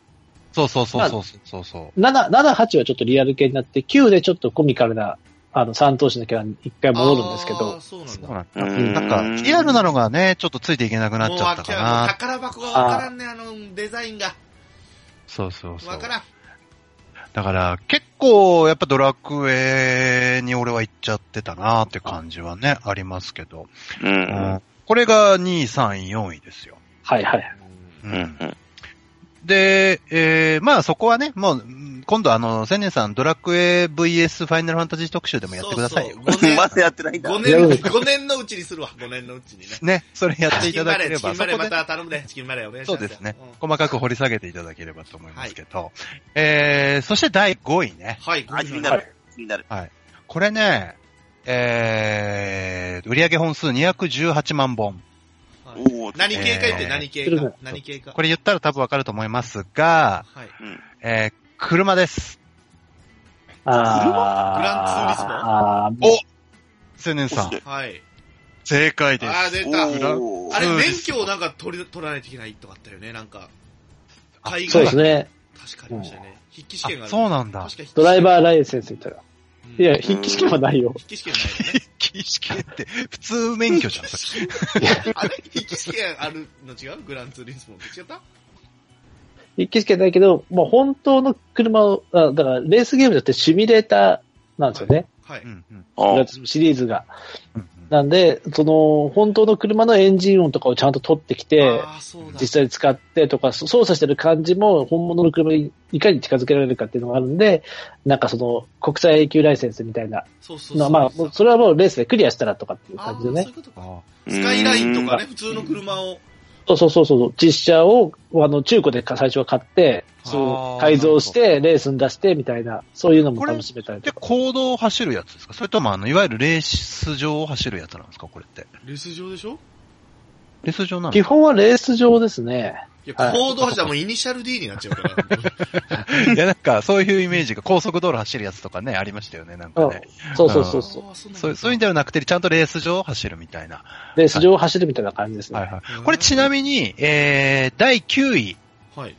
Speaker 3: そうそうそうそうそうそう。
Speaker 5: 7、7、8はちょっとリアル系になって、9でちょっとコミカルな、あの、三等身のキャラに一回戻るんですけ
Speaker 2: あー
Speaker 5: ど、
Speaker 2: そうなん
Speaker 3: そ
Speaker 2: だ。
Speaker 3: う
Speaker 2: もう
Speaker 3: なんだ。
Speaker 4: うん
Speaker 3: なんか、リアルなのがね、ちょっとついていけなくなっちゃったか
Speaker 2: わ
Speaker 3: な。
Speaker 2: 宝箱がわからんね、あの、デザインが。
Speaker 3: そうそうそ
Speaker 2: わ
Speaker 3: う。
Speaker 2: からん。
Speaker 3: だから、結構、やっぱドラクエに俺は行っちゃってたなって感じはね、ありますけど。
Speaker 4: う。
Speaker 3: うんんこれが2位、3位、4位ですよ。
Speaker 5: はいはい。
Speaker 3: う
Speaker 4: うんん。
Speaker 3: で、えー、まあそこはね、もう、うん今度あの、千年さん、ドラクエ VS ファイナルファンタジー特集でもやってくださいよ。
Speaker 2: そうそう5
Speaker 4: ま
Speaker 2: 年
Speaker 4: だやってないんだ。
Speaker 2: 五
Speaker 5: やるん
Speaker 2: 年、
Speaker 5: ですか
Speaker 2: 五年のうちにするわ、5年のうちにね。
Speaker 3: ね、それやって
Speaker 2: チ
Speaker 3: い
Speaker 2: キ
Speaker 3: た
Speaker 2: ンバ
Speaker 3: だ
Speaker 2: レ
Speaker 3: け
Speaker 2: ー、
Speaker 3: れ
Speaker 2: チキ
Speaker 3: ば、
Speaker 2: ンバ
Speaker 3: そ
Speaker 2: レー
Speaker 3: こ
Speaker 2: ま
Speaker 3: で、
Speaker 2: た頼むね、チキンバレーお願いし
Speaker 3: そ
Speaker 2: ま
Speaker 3: う
Speaker 2: す。
Speaker 3: ですね
Speaker 2: ん。
Speaker 3: 細かく掘り下げていただければと思いますけど。えー、そして第5位ね。
Speaker 2: はい、
Speaker 4: あ、気に
Speaker 2: は。
Speaker 4: ないる。気になる。
Speaker 3: これね、えー、売上本数218万本。
Speaker 4: おお。
Speaker 2: 何系か言って、
Speaker 3: えー
Speaker 2: 何系
Speaker 5: それ
Speaker 2: か
Speaker 5: も。
Speaker 2: 何系か。
Speaker 3: これ言ったら多分わかると思いますが、
Speaker 2: はい。
Speaker 4: うん。
Speaker 3: えー、車です。
Speaker 5: あーあー、
Speaker 3: お千年さん
Speaker 4: お。
Speaker 2: はい。
Speaker 3: 正解です。
Speaker 2: あー、出た。
Speaker 4: おお。
Speaker 2: あれ、
Speaker 3: そうです
Speaker 2: 免許をなんか取り取らないといけないとかあったよね、なんか。海
Speaker 5: そ
Speaker 2: 外
Speaker 5: うですね。
Speaker 2: 確かありましたよね。筆記試験が
Speaker 3: あ
Speaker 2: ある。
Speaker 3: そうなんだ
Speaker 2: 確。か筆記試験
Speaker 5: ドライバーライセンスみたいな。
Speaker 2: うん
Speaker 5: いや、筆記試験はないよ。
Speaker 2: 筆記試験 ないよね。
Speaker 3: 禁止系って、普通免許じゃん、それ。
Speaker 2: あれ筆記試験あるの違うグランツーリスモって違った
Speaker 5: 筆記試験ないけど、もう本当の車を、あだからレースゲームだってシミュレーターなんですよね。
Speaker 2: はいう
Speaker 3: んうん
Speaker 4: あー
Speaker 5: シリーズが。
Speaker 3: うん
Speaker 5: なんで、その、本当の車のエンジン音とかをちゃんと取ってきて、
Speaker 2: ああ、そうだ。
Speaker 5: 実際に使ってとか、そ操作してる感じも本物の車にいかに近づけられるかっていうのがあるんで、なんかその、国際永久ライセンスみたいな
Speaker 2: そうそう
Speaker 5: の
Speaker 2: そ
Speaker 5: は、
Speaker 2: う。
Speaker 5: まあ、もうそれはもうレースでクリアしたらとかっていう
Speaker 2: あー
Speaker 5: 感じで
Speaker 2: そう
Speaker 5: ね
Speaker 2: い。うことか
Speaker 3: あ
Speaker 2: スカイラインとかね、
Speaker 5: う
Speaker 2: 普通の車を。
Speaker 5: そうそうそうそう、実車を、あの、中古でか最初は買って、
Speaker 3: あ
Speaker 5: そ
Speaker 3: ー
Speaker 5: う、改造して、レースに出して、みたいな、そういうのも楽しめたり
Speaker 3: で、
Speaker 5: とか。
Speaker 3: 行動を走るやつですかそれとも、あの、いわゆるレース場を走るやつなんですかこれって。
Speaker 2: レース場でしょ
Speaker 3: レース場なの
Speaker 5: 基本はレース場ですね。
Speaker 2: いや、
Speaker 5: はい
Speaker 2: 行動走ったらもうイニシャル D になっちゃうから。
Speaker 3: いや、なんか、そういうイメージが、高速道路走るやつとかね、ありましたよね、なんかね。
Speaker 5: そう そうそうそう。
Speaker 2: あーそうなんだ
Speaker 3: そうそういうんではなくて、ちゃんとレース場を走るみたいな。
Speaker 5: レース場を走るみたいな感じですね。
Speaker 3: はいはい。これちなみに、えー、第9位
Speaker 2: はい。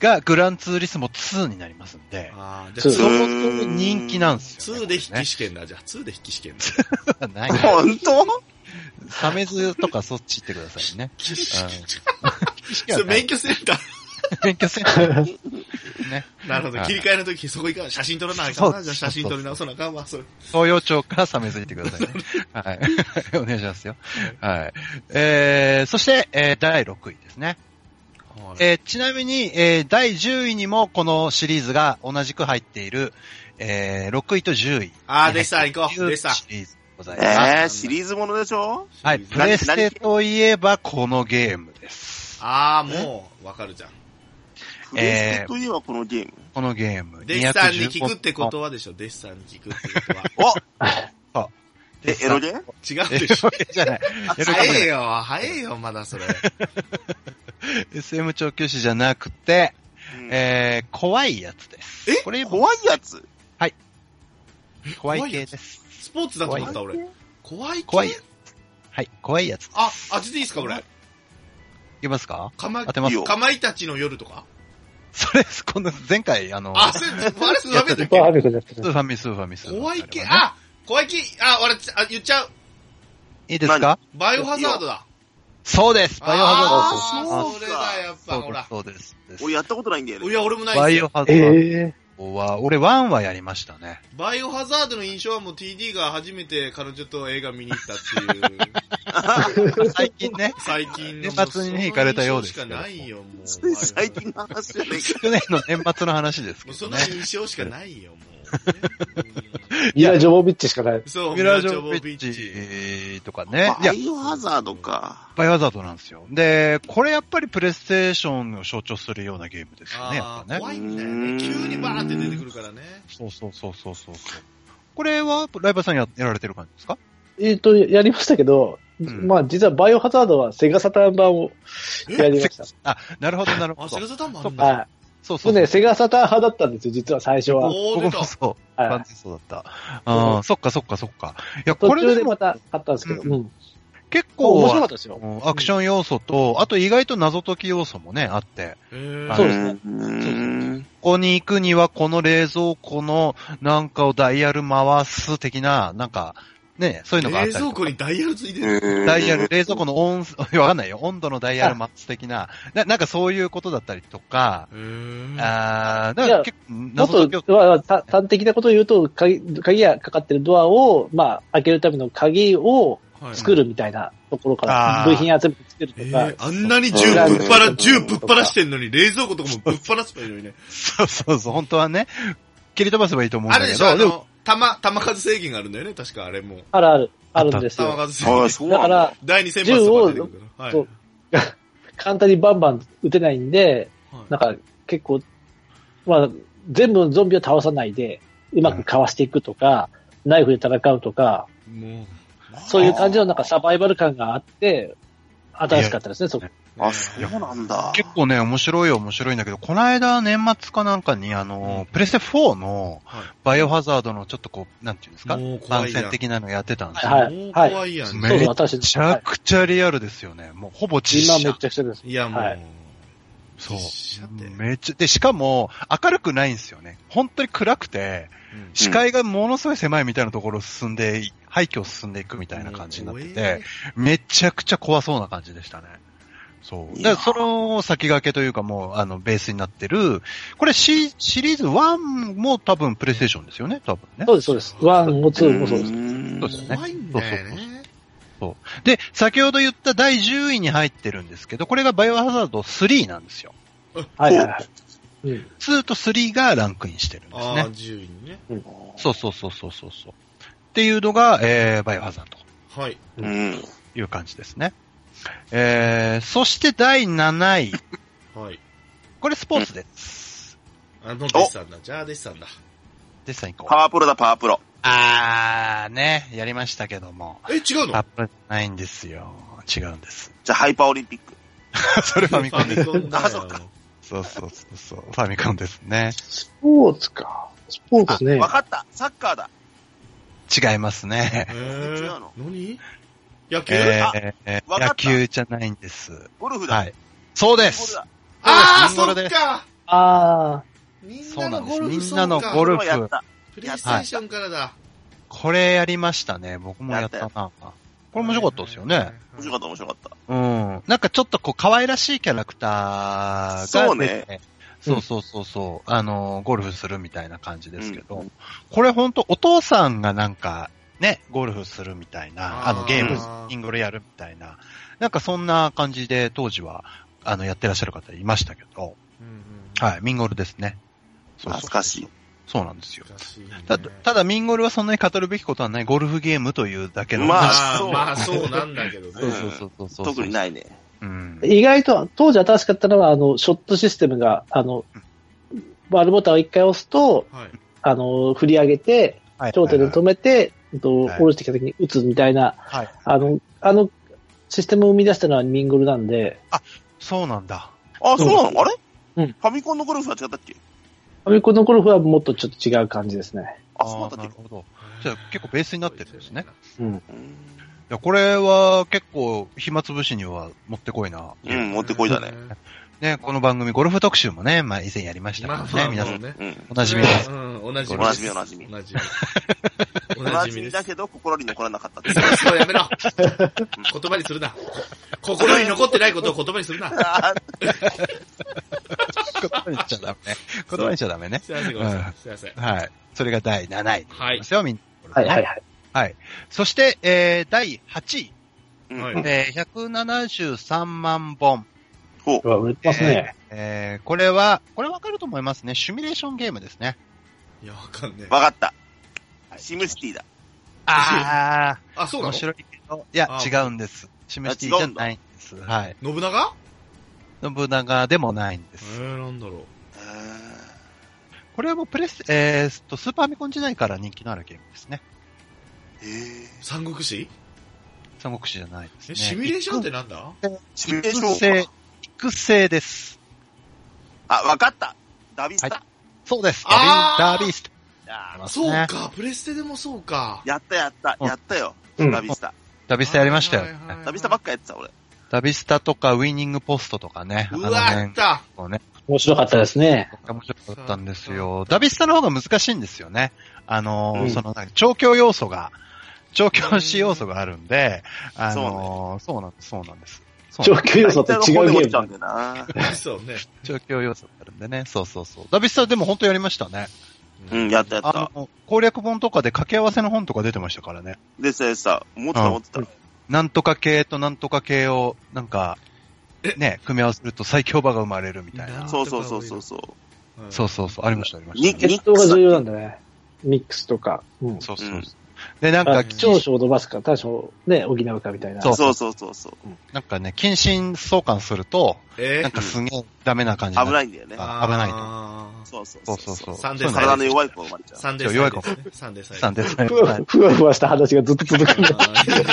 Speaker 3: がグランツーリスモ2になりますんで、
Speaker 2: ああ、じ
Speaker 5: ツ
Speaker 2: ゃ
Speaker 5: ー
Speaker 2: あ
Speaker 3: そこそこ人気なんですよ、ね。
Speaker 2: 2で筆記
Speaker 3: し
Speaker 2: 試験だ、じゃあ。2で筆記試験だ。
Speaker 3: かない。
Speaker 4: 本当
Speaker 3: サメズとかそっち行ってくださいね。うん
Speaker 2: それ免許セン ター。
Speaker 3: 免許センター。 ね。
Speaker 2: なるほど。
Speaker 3: はい
Speaker 2: 切り替えの時、そこ行かない。写真撮らなあかん
Speaker 3: そ
Speaker 2: な。
Speaker 3: う
Speaker 2: じゃあ写真撮り直さなあかんわ。それ。
Speaker 3: 東洋町からサメズ行ってくだ さいね。はい。 お願いしますよ。はい。えー、そして、えー、第6位ですね。えー、ちなみに、えー、第10位にもこのシリーズが同じく入っている、えー、6位と10位。
Speaker 2: あー、でした、行こ
Speaker 3: シ
Speaker 2: う。でした。
Speaker 3: リーズでございます。
Speaker 4: えー、シリーズものでしょ
Speaker 3: はい。プレステといえばこのゲームです。
Speaker 2: あー、もう、わかるじゃん。
Speaker 4: プレステといえばこのゲーム。
Speaker 3: このゲーム。
Speaker 2: デッサンに
Speaker 3: 215
Speaker 2: 聞くってことはでしょ。デッサンに聞くってことは。
Speaker 4: お
Speaker 3: デッ、
Speaker 4: え
Speaker 3: サ
Speaker 4: エ
Speaker 3: ン
Speaker 4: ロゲ
Speaker 2: 違うでしょ。
Speaker 3: じゃない。エロゲームじゃない
Speaker 2: 早えよ、早えよ、まだそれ。
Speaker 3: SM 調教師じゃなくて、えー、怖いやつです。
Speaker 2: え
Speaker 3: これ怖
Speaker 4: 怖いやつ
Speaker 3: い怖
Speaker 2: 怖
Speaker 3: い
Speaker 2: いや
Speaker 3: 系
Speaker 2: つ
Speaker 3: です。
Speaker 2: スポーツだと思ってた、俺。怖い系
Speaker 3: 怖いやつ。はい、怖いやつ。い
Speaker 2: あ、あ、ちょっといいですか、俺。
Speaker 3: けますか
Speaker 2: かま
Speaker 3: 当、てます
Speaker 4: いいよ
Speaker 2: かまいたちの夜とか
Speaker 3: それ、この前回、あの、
Speaker 2: あ、それ、あれ、スーべたっ
Speaker 5: ここは
Speaker 2: け
Speaker 5: 雨降って
Speaker 3: ス
Speaker 5: る
Speaker 3: ーファミ、スーファミ、スーファミ。
Speaker 2: 怖い系、
Speaker 3: あれはね
Speaker 2: あ、怖い系、あ、俺、あ言っちゃう。
Speaker 3: いいですか
Speaker 2: バイオハザードだ。
Speaker 3: そうですバイオハ
Speaker 2: あー
Speaker 4: そうそう
Speaker 2: それだ、やっ
Speaker 3: ザ
Speaker 2: ぱ、
Speaker 3: ー
Speaker 2: ほら。
Speaker 3: ドですそうです。そうです。
Speaker 4: 俺やったことないんだよ
Speaker 2: い
Speaker 4: ね。
Speaker 2: や、俺もない
Speaker 3: バ
Speaker 2: です
Speaker 3: イ
Speaker 2: よ
Speaker 3: オハザー
Speaker 5: え
Speaker 3: ドは、俺1はやりましたね。
Speaker 2: バイオハザードの印象はもう TD が初めて彼女と映画見に行ったっていう、、
Speaker 3: 最近ね
Speaker 2: 最近の。
Speaker 3: 年末にね行かれたようです
Speaker 2: その印象しかないよ、もう。
Speaker 4: つい最近の話じゃねえか。
Speaker 3: 去年の年末の話です
Speaker 2: も
Speaker 3: け
Speaker 2: うそ
Speaker 3: ど
Speaker 2: の
Speaker 3: ね。
Speaker 2: 印象しかないよ、もうね。
Speaker 5: えミラ・ジョボビッチしかない
Speaker 2: うん。そう、
Speaker 3: ミ
Speaker 2: ミ
Speaker 3: ラ
Speaker 2: ラー
Speaker 3: ージ
Speaker 2: ジョ
Speaker 3: ョ
Speaker 2: ボ
Speaker 3: ビ
Speaker 2: ビッチ。
Speaker 3: ッチとかね。いや
Speaker 4: バ、イオハザードか。
Speaker 3: バイオハザードなんですよ。で、これやっぱりプレイステーションを象徴するようなゲームですよね、や
Speaker 2: あ
Speaker 3: っ
Speaker 2: あ、
Speaker 3: ぱね。
Speaker 2: 怖いんだよね。急にバーって出てくるからね。
Speaker 3: そうそうそうそうそうそう。これは、ライバーさんややられてる感じですか
Speaker 5: えっ、と、やりましたけど、
Speaker 3: ん
Speaker 5: まあ実はバイオハザードはセガサターン版をやりました。
Speaker 3: あ、なるほど、なるほ
Speaker 2: あ、
Speaker 3: ど。
Speaker 2: セ
Speaker 3: そう
Speaker 2: ガサターンもあるんだ。
Speaker 5: はい。
Speaker 3: そうそ
Speaker 5: そう
Speaker 3: う。
Speaker 5: ね、セガサターン派だったんですよ、実は最初は。
Speaker 2: おー、出
Speaker 3: 僕も
Speaker 2: た。
Speaker 3: そう。
Speaker 5: はい
Speaker 3: 完全そうだった。ああ、そっかそっかそっか。いや、こ
Speaker 5: 途
Speaker 3: れ
Speaker 5: 中
Speaker 3: で
Speaker 5: で
Speaker 3: も
Speaker 5: また買ったんですけど、
Speaker 3: う
Speaker 5: うんん。
Speaker 3: 結
Speaker 5: 面白か
Speaker 3: 構
Speaker 5: っ、たですよ。
Speaker 3: うんアクション要素と、あと意外と謎解き要素もね、あって、
Speaker 2: へー
Speaker 5: そうですね
Speaker 4: うーん。
Speaker 3: ここに行くにはこの冷蔵庫のなんかをダイヤル回す的な、なんか、ね、そういうのがあっ
Speaker 2: 冷
Speaker 3: たり
Speaker 2: 蔵
Speaker 3: とか
Speaker 2: 庫にダイヤルついてる。
Speaker 4: ダ
Speaker 3: ダイヤル、冷蔵庫の温、 わかんないよ、温度のダイヤル回す的な、ななんかそういうことだったりとか、
Speaker 2: へー
Speaker 3: あー、だ
Speaker 5: い
Speaker 3: か
Speaker 5: や
Speaker 3: ら結構
Speaker 5: もっ
Speaker 3: 謎解き要
Speaker 5: と、
Speaker 3: 素。
Speaker 5: まあた端的なことを言うと、鍵、鍵がかかってるドアを、まあ、開けるための鍵を
Speaker 2: はい
Speaker 5: 作るみたいなところか
Speaker 3: あ
Speaker 5: ら、
Speaker 3: ー
Speaker 5: 部品集めて作る
Speaker 2: え
Speaker 5: とか、
Speaker 2: ー、あんなに銃ぶっぱら、銃ぶっぱらしてんのに、冷蔵庫とかもぶっぱらすばいいのにね。
Speaker 3: そう そうそう、本当はね、蹴り飛ばせばいいと思うん
Speaker 2: ある
Speaker 3: だ
Speaker 2: で
Speaker 3: け
Speaker 2: しょ
Speaker 3: ど、
Speaker 2: あ
Speaker 3: でも、
Speaker 2: の、弾、弾数制限があるんだよね、確かあれも。
Speaker 5: あるある、あるんです
Speaker 2: 弾
Speaker 5: よ。
Speaker 2: 数制
Speaker 4: ああ、
Speaker 2: 限。
Speaker 4: そうな
Speaker 5: だか
Speaker 4: んだ。
Speaker 5: ら、
Speaker 2: 第2戦発とか出てくるから。はい
Speaker 5: そう。簡単にバンバン撃てないんで、
Speaker 2: はい
Speaker 5: なんか結構、まあ、全部のゾンビを倒さないで、うまくかわしていくとか、ナイフで戦うとか、
Speaker 2: もう。
Speaker 5: そういう感じのなんかサバイバル感があって、新しかったですね、そこ。
Speaker 4: あ、そうなんだ。
Speaker 3: 結構ね、面白いよ、面白いんだけど、この間年末かなんかに、あの、プレステ4の
Speaker 2: はい
Speaker 3: バイオハザードのちょっとこう、なんていうんですか
Speaker 2: もう怖
Speaker 3: 番
Speaker 2: いやん
Speaker 3: 宣的なのやってたんですよ。
Speaker 5: はい
Speaker 2: もう
Speaker 5: はい
Speaker 2: 怖いやん。
Speaker 3: め
Speaker 5: そうそう、新
Speaker 3: め
Speaker 5: しい
Speaker 3: ち
Speaker 5: の。は
Speaker 3: ゃ
Speaker 5: い
Speaker 3: くちゃリアルですよね。もうほぼ実
Speaker 5: 今め
Speaker 3: 写
Speaker 5: っ。ちゃくちゃです。
Speaker 2: いや、もう。
Speaker 5: はい
Speaker 3: そう
Speaker 2: 実写って。
Speaker 3: めっちゃ、で、しかも、明るくないんですよね。本当に暗くて、
Speaker 2: うん
Speaker 3: 視界がものすごい狭いみたいなところを進んで、廃墟を進んでいくみたいな感じになってて、めちゃくちゃ怖そうな感じでしたね。そう。
Speaker 4: いや
Speaker 3: で、
Speaker 4: ー
Speaker 3: その先駆けというかもう、あの、ベースになってる、これシシリーズ1も多分プレイステーションですよね、多分ね
Speaker 5: そ。うです、そうです。ワンもツーもそうです。
Speaker 3: そう
Speaker 4: で
Speaker 3: です
Speaker 4: す。
Speaker 3: よね
Speaker 2: 怖いんだよね。
Speaker 3: で、先ほど言った第10位に入ってるんですけど、これがバイオハザード3なんですよ。
Speaker 5: はいはいはい。うん。
Speaker 3: 2と3がランクインしてるんです
Speaker 2: あ
Speaker 3: ね
Speaker 2: あ、。自由にね。
Speaker 3: そうそうそうそうそうそう。っていうのが、えー、バイオハザード
Speaker 2: はい。
Speaker 4: うん。
Speaker 3: という感じですね。えー、そして第7位。
Speaker 2: はい。
Speaker 3: これスポーツです。
Speaker 2: あの、弟子さんだ。じゃあ、弟子さんだ。
Speaker 3: デッサン行こ
Speaker 4: パワープロだ、パワープロ。
Speaker 3: う。あー、ね、やりましたけども。
Speaker 2: え、違う
Speaker 3: アッ
Speaker 2: の
Speaker 3: プないんですよ。違うん です。
Speaker 4: じゃあ、ハイパーオリンピック。
Speaker 3: それファミ
Speaker 2: フ
Speaker 3: コン
Speaker 2: ァ
Speaker 3: で
Speaker 2: ミ
Speaker 3: す。
Speaker 2: コンだ
Speaker 4: あそ
Speaker 2: よ
Speaker 4: っ。か
Speaker 3: そうそうそうそう。ファミコンですね。
Speaker 5: スポーツか。スポーツね
Speaker 4: わ。かった。サッカーだ。
Speaker 3: 違いま すね。
Speaker 2: え
Speaker 4: 違
Speaker 2: ー
Speaker 4: うの
Speaker 2: 何野球
Speaker 3: え
Speaker 4: あ
Speaker 3: ーえー
Speaker 4: わかった
Speaker 3: 野球じゃないんです。
Speaker 4: ゴルフだ。
Speaker 3: は。い。そうで
Speaker 4: ゴルフ
Speaker 3: す。
Speaker 4: だ。
Speaker 2: ああ、
Speaker 3: そう
Speaker 2: そっ
Speaker 3: なんです
Speaker 2: か
Speaker 5: あ
Speaker 2: みん
Speaker 3: そう
Speaker 2: な
Speaker 3: な
Speaker 2: の
Speaker 3: んで
Speaker 2: ゴ
Speaker 3: す
Speaker 2: ルフ
Speaker 3: みんなのゴ
Speaker 4: ゴ
Speaker 3: ル
Speaker 2: ル
Speaker 4: ルフはやった。
Speaker 2: プレイステーションからだ。
Speaker 3: これやりましたね。僕もやった
Speaker 4: や
Speaker 3: な。
Speaker 4: っ
Speaker 3: これ面白かったですよね。。
Speaker 4: 面白かった、面白かった。
Speaker 3: うん。なんかちょっとこう、可愛らしいキャラクターが。
Speaker 4: そうね。
Speaker 3: そうそうそうそう。あの、ゴルフするみたいな感じですけど。
Speaker 4: うん
Speaker 3: これほんと、お父さんがなんか、ね、ゴルフするみたいな、あ
Speaker 2: あー
Speaker 3: の、ゲーム、インゴルやるみたいな。なんかそんな感じで、当時は、あの、やってらっしゃる方いましたけど。
Speaker 2: うんうん
Speaker 3: はい、ミンゴルですね。そうそう
Speaker 4: 懐かしい。
Speaker 3: そうなんですよ。
Speaker 2: 難しいね
Speaker 3: ただ、ただミンゴルはそんなに語るべきことはない、ゴルフゲームというだけの。
Speaker 4: まあ
Speaker 2: まあ
Speaker 4: そ、う
Speaker 2: まあ、そうなんだけどね。
Speaker 3: そうそうそうそうそう。
Speaker 4: 特にないね。
Speaker 3: うん
Speaker 5: あ、。意外と、当時新しかったのは、あの、ショットシステムが、あの、バルボタンを一回押すと、
Speaker 2: はい。
Speaker 5: あの、振り上げて、
Speaker 3: はい
Speaker 5: 頂点で止めて、えっと、
Speaker 3: はい
Speaker 5: 下ろしてきた時に打つみたいな、
Speaker 3: はい。
Speaker 5: あの、あの、システムを生み出したのはミングルなんで、
Speaker 3: そうなんだ。
Speaker 4: あ、そうなのあれ
Speaker 5: うん
Speaker 4: ファミコンのゴルフは違ったっけ
Speaker 5: ファミコンのゴルフはもっとちょっと違う感じですね。
Speaker 4: あ、そう
Speaker 3: ー
Speaker 4: だった
Speaker 3: な
Speaker 4: っ
Speaker 3: る
Speaker 4: け
Speaker 3: ほど。じゃあ結構ベースになってるんですね。
Speaker 5: うん。
Speaker 4: うん
Speaker 3: いや、これは結構暇つぶしにはもってこいな。
Speaker 4: うん、持ってこいだね。。
Speaker 3: ね、この番組ゴルフ特集もね、まあ以前やりましたけど
Speaker 2: まあ
Speaker 3: ね、
Speaker 2: まあ
Speaker 3: 皆
Speaker 2: ま
Speaker 3: さ
Speaker 2: あ
Speaker 3: ん
Speaker 2: ね。
Speaker 4: うん。
Speaker 3: おな じみです。
Speaker 2: うん、おなじみ。
Speaker 4: おなじみおなじみ
Speaker 2: おなじみ。お
Speaker 4: お
Speaker 2: な
Speaker 4: な
Speaker 2: じ
Speaker 4: じ
Speaker 2: みです
Speaker 4: みだ。けど、心に残らなかったっていう。
Speaker 2: そう、やめろ。言葉にするな。心に残ってないことを言葉にするな。
Speaker 4: あ
Speaker 3: 言葉にしちゃダ メね。言葉にしちゃダメね。
Speaker 2: すいません、ごめんなさい。すいません。
Speaker 3: はい。それが第7位。
Speaker 2: はい
Speaker 3: ですよ、みんな。
Speaker 5: はいはいはい。
Speaker 3: そして、えー、第8位。
Speaker 4: うん
Speaker 2: はい
Speaker 3: えー、173万本。
Speaker 4: ほ
Speaker 5: うわ売れてますね。
Speaker 3: えー、これは、これわかると思いますね。シミュレーションゲームですね。
Speaker 2: いや、わかんねえ
Speaker 4: う。。わかった
Speaker 3: は。い
Speaker 4: シムシティだ。
Speaker 3: あ
Speaker 2: あ、そ
Speaker 3: ー、
Speaker 2: うなの
Speaker 3: 面
Speaker 2: 信
Speaker 3: 白いけど、いや
Speaker 2: あ、
Speaker 3: 違
Speaker 2: ー
Speaker 3: うんです。シムシティじゃないんです。はい。
Speaker 2: 長
Speaker 3: 信長でもないんで
Speaker 2: え
Speaker 3: す。
Speaker 2: ー、なんだろう。
Speaker 4: へー
Speaker 3: これはもうプレス、えーっと、スーパーミコン時代から人気のあるゲームですね。
Speaker 4: えー、
Speaker 2: 三国志
Speaker 3: 三国志じゃないです
Speaker 2: え、
Speaker 3: ね。
Speaker 2: シミュレーションってなんだ
Speaker 4: シミュレーシ
Speaker 3: 育
Speaker 4: ョン
Speaker 3: 成。、育成です。
Speaker 4: あ、わかった。ダビスタ。
Speaker 3: はそうです。
Speaker 2: あー
Speaker 3: ダビダービースト。
Speaker 4: あー
Speaker 2: そう
Speaker 3: ね
Speaker 2: か、プレステでもそうか。
Speaker 4: やったやった、
Speaker 3: うん
Speaker 4: やったよ。
Speaker 5: うん
Speaker 4: ダビスタ。
Speaker 3: ダビスタやりましたよ
Speaker 2: はいはいはいは
Speaker 3: ね。
Speaker 2: い
Speaker 4: ダビスタばっかやってた、俺。
Speaker 3: ダビスタとかウィニングポストとかね。
Speaker 2: う
Speaker 3: あの
Speaker 2: わ、あ
Speaker 3: 辺
Speaker 2: った。
Speaker 3: をね、
Speaker 5: 面白かったですね。
Speaker 3: 面白かったんですよ。ダビスタの方が難しいんですよね。あのー、
Speaker 5: うん
Speaker 3: その、なんか調教要素が、調教師要素があるんで、あのー、そうなんです、そうなんです。そう
Speaker 5: 上
Speaker 3: なんです
Speaker 5: 級要素と違う
Speaker 4: 大体
Speaker 5: ゲ
Speaker 4: の方で落ちちゃ
Speaker 5: ー
Speaker 4: うん
Speaker 5: ム。
Speaker 4: だよな。
Speaker 2: そうね。
Speaker 3: 調教要素があるんでね。そうそうそう。ダビスタでも本当やりましたね。
Speaker 4: うん、やったやった
Speaker 3: あ。の、攻略本とかで掛け合わせの本とか出てましたからね。
Speaker 4: でさ、でさ、持ってた
Speaker 3: うん
Speaker 4: 持ってた。
Speaker 3: なんとか系となんとか系を、なんか、ね、組み合わせると最強馬が生まれるみたい
Speaker 2: な
Speaker 3: な。
Speaker 4: そうそうそうそうそう。
Speaker 2: うん
Speaker 3: そうそうそう、ありました、ありまし
Speaker 4: に
Speaker 3: た、ね。
Speaker 5: 決闘が重要なんだね。ミックスとか。うん。
Speaker 3: そうそう
Speaker 4: う。
Speaker 3: そうんで、なんか、
Speaker 5: あ長所を伸ばすか、短所をね、補うかみたいな。
Speaker 3: そう
Speaker 4: そうそうそうそう。
Speaker 3: なんかね、近親相関すると、
Speaker 2: え
Speaker 3: なんかすげえダメな感じに
Speaker 4: 危
Speaker 3: なる。
Speaker 4: ないんだよね。
Speaker 3: あ危ないと
Speaker 2: と。
Speaker 4: そう
Speaker 3: そ
Speaker 4: そう
Speaker 3: うそうそう。
Speaker 2: サンデー
Speaker 3: そう
Speaker 2: サイ
Speaker 3: な
Speaker 4: 体
Speaker 3: ん
Speaker 4: の
Speaker 3: です
Speaker 4: 弱い子が生まれちゃう。
Speaker 2: サンデーサイ
Speaker 3: 弱い
Speaker 2: ド
Speaker 3: か
Speaker 2: ですね。サンデーサイド。
Speaker 3: サンデーサイ
Speaker 5: ふ
Speaker 3: ド
Speaker 5: わふわふわした話がずっと続くんだ。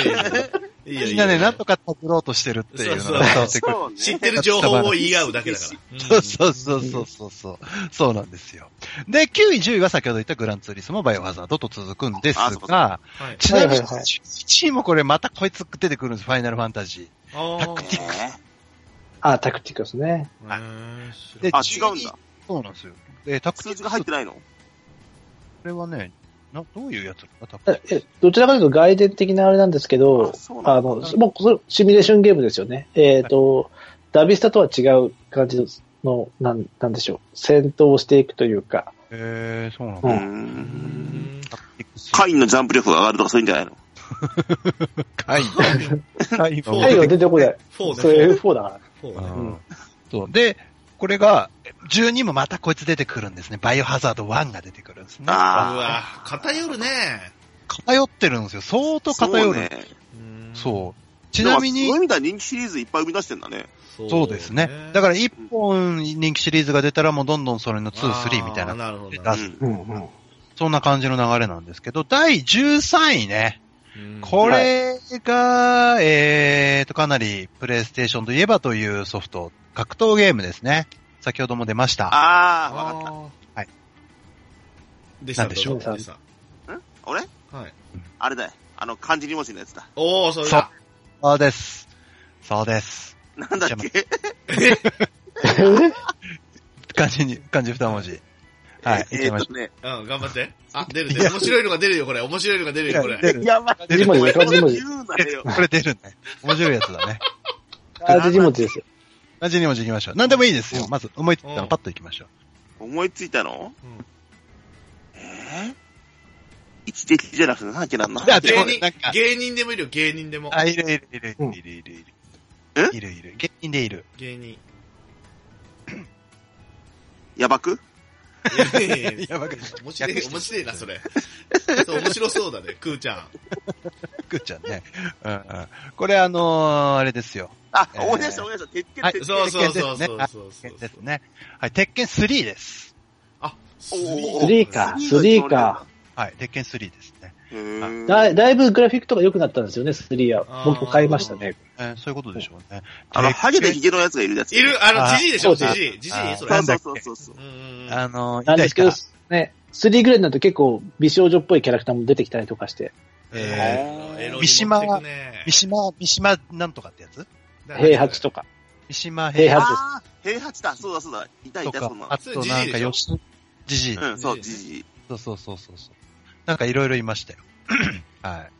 Speaker 2: あーいいよいいよ
Speaker 3: みんなね、なんとかたぐろうとしてるっていうのが伝わってくる。
Speaker 4: そうね。
Speaker 2: 知ってる情報を言い合うだけだから。
Speaker 3: そうそうそうそうそうそう。そうなんですよ。で、9位、10位は先ほど言ったグランツーリスモ、バイオハザードと続くんです
Speaker 4: あそう
Speaker 3: が、
Speaker 2: うんはい
Speaker 3: ちなみに
Speaker 5: はいはいはい
Speaker 3: 1位もこれまたこいつ出てくるんです、ファイナルファンタジ
Speaker 2: あー
Speaker 3: タクティ
Speaker 5: あ、タクティックですね。
Speaker 2: うーん
Speaker 3: ー。で
Speaker 4: あ、違うんだ。。
Speaker 3: そうなんですよ。で、タクティ
Speaker 4: 数
Speaker 3: ク
Speaker 4: 字
Speaker 3: ス
Speaker 4: が入ってないの
Speaker 3: これはね、などういうやつだタク
Speaker 5: え
Speaker 3: ティ
Speaker 5: えどちらかというと外伝的なあれなんですけど
Speaker 4: あ、そうな
Speaker 5: あ
Speaker 4: んだ
Speaker 5: の、もうそれ、シミュレーションゲームですよね。えっ、と、ダビスタとは違う感じの、なん、なんでしょう。戦闘をしていくというか。
Speaker 3: クえー、そうなん
Speaker 5: う
Speaker 3: だ。
Speaker 5: ん
Speaker 4: うん
Speaker 3: タクティクス。
Speaker 4: カインのジャンプ力が上がるとかそういうんじゃないの
Speaker 3: かい。かい。
Speaker 2: うん
Speaker 5: 最後出てこない。
Speaker 2: フォーね。
Speaker 5: それ F4 だから。
Speaker 2: フォ
Speaker 3: う
Speaker 2: ーね。
Speaker 3: んそう。で、これが、12もまたこいつ出てくるんですね。バイオハザード1が出てくるんですね。
Speaker 2: う
Speaker 4: あ
Speaker 2: わ、偏るね。
Speaker 3: 偏ってるんですよ。相当
Speaker 4: あ。
Speaker 3: 偏る。そう,、
Speaker 4: そうね。
Speaker 3: ちなみに
Speaker 4: でもそういう、意味では人気シリーズいっぱい生み出してんだね。
Speaker 2: うん。
Speaker 3: そうですね。だから1本人気シリーズが出たらもうどんどんそれの2、3みたい
Speaker 2: あー
Speaker 3: な、
Speaker 2: なるほど
Speaker 4: う
Speaker 2: な。
Speaker 3: あ
Speaker 4: ん。
Speaker 5: うんうん。
Speaker 3: そんな感じの流れなんですけど、第13位ね。
Speaker 2: うん
Speaker 3: これが、えーと、かなりプレイステーションといえばというソフト、格闘ゲームですね。先ほども出ました。
Speaker 4: あー、わかった。
Speaker 3: はい。
Speaker 2: でした
Speaker 3: なんでしょう
Speaker 2: どぞでした
Speaker 4: 俺
Speaker 2: はい。
Speaker 4: あれだよ。あの、漢字2文字のやつだ。
Speaker 2: おー、それだ。
Speaker 3: そうです。そうです。
Speaker 4: なんだっけ
Speaker 3: 漢字に、漢字二文字。はい、い
Speaker 4: え
Speaker 3: けま
Speaker 4: ーっ
Speaker 3: し
Speaker 4: とね。
Speaker 2: うん、頑張って。あ、出る出る。面白いのが出るよ、これ。面白いのが出るよ、これ。
Speaker 3: 出る
Speaker 4: やばい。
Speaker 3: 出る
Speaker 5: 字文字ね、
Speaker 4: 言
Speaker 5: 漢字文字。
Speaker 4: うなよ。
Speaker 3: た。これ出るね。面白いやつだね。
Speaker 5: 漢字文字ですよ。
Speaker 3: 漢字二文字いきましょう。何でもいいですよ。まず、思いついた
Speaker 2: う
Speaker 3: の
Speaker 2: ん
Speaker 3: パッといきましょう。
Speaker 4: 思いついたの
Speaker 2: うん
Speaker 4: えー一撃じゃなくて何だっけなんの
Speaker 3: いやで
Speaker 2: 芸
Speaker 3: も
Speaker 2: 人
Speaker 3: なんか、
Speaker 2: 芸人でもいるよ、芸人でも。
Speaker 3: あ、いるいるいるいるいるいるいる。
Speaker 4: うん
Speaker 3: いるいる。芸人でいる。
Speaker 2: 芸人。
Speaker 4: やばく
Speaker 2: いやいやいや
Speaker 3: やばく
Speaker 2: 面白い、
Speaker 3: 略して
Speaker 2: 面白いな、それ。そう、面白そうだね、くーちゃん。
Speaker 3: くっちゃんね。うんうん。これあのー、あれですよ。
Speaker 4: あ、
Speaker 3: えー
Speaker 4: 思い出した思い出した。鉄拳
Speaker 3: はい
Speaker 4: 鉄拳。
Speaker 2: そうそうそうそうそうそう
Speaker 3: 鉄拳ですね。はい、鉄拳3です。
Speaker 2: あ、ス
Speaker 4: お
Speaker 5: スリーか、スリーか。
Speaker 3: はい、鉄拳3ですね。
Speaker 4: へー
Speaker 5: だだいぶグラフィックとか良くなったんですよね、スリー
Speaker 2: あ
Speaker 5: は。
Speaker 2: ー
Speaker 5: 僕も買いましたね。
Speaker 3: えーそういうことでしょうね。
Speaker 4: あの、
Speaker 3: 鉄拳
Speaker 4: ハゲでヒゲのやつがいるやつ。
Speaker 2: いる、あの、
Speaker 3: あ
Speaker 2: じじいでしょ、じ
Speaker 5: そうそう
Speaker 2: じい。じじい
Speaker 3: あ
Speaker 2: それ
Speaker 3: な。
Speaker 4: そうん
Speaker 3: だっけ
Speaker 4: そうそうそう。
Speaker 2: うんうんうん。
Speaker 3: あの、
Speaker 5: なんですけど
Speaker 3: 痛いか、
Speaker 5: ね、スリーぐらいになると結構美少女っぽいキャラクターも出てきたりとかして。
Speaker 3: え
Speaker 2: エロ
Speaker 3: 三島は
Speaker 2: に持ってくね
Speaker 3: ー、三島、三島なんとかってやつ
Speaker 5: 平八とか。
Speaker 3: 三島
Speaker 5: 平
Speaker 3: 平
Speaker 5: 八です。
Speaker 4: あー、平八だ、そうだそうだ。いた
Speaker 3: 八と
Speaker 4: いた、
Speaker 3: か
Speaker 4: そん、な
Speaker 3: あとなんかよし、じじい。
Speaker 4: の。うん、そう、
Speaker 2: ジ
Speaker 4: じじい。
Speaker 3: そうそうそうそうそう。なんかいろいろいましたよ。 はい。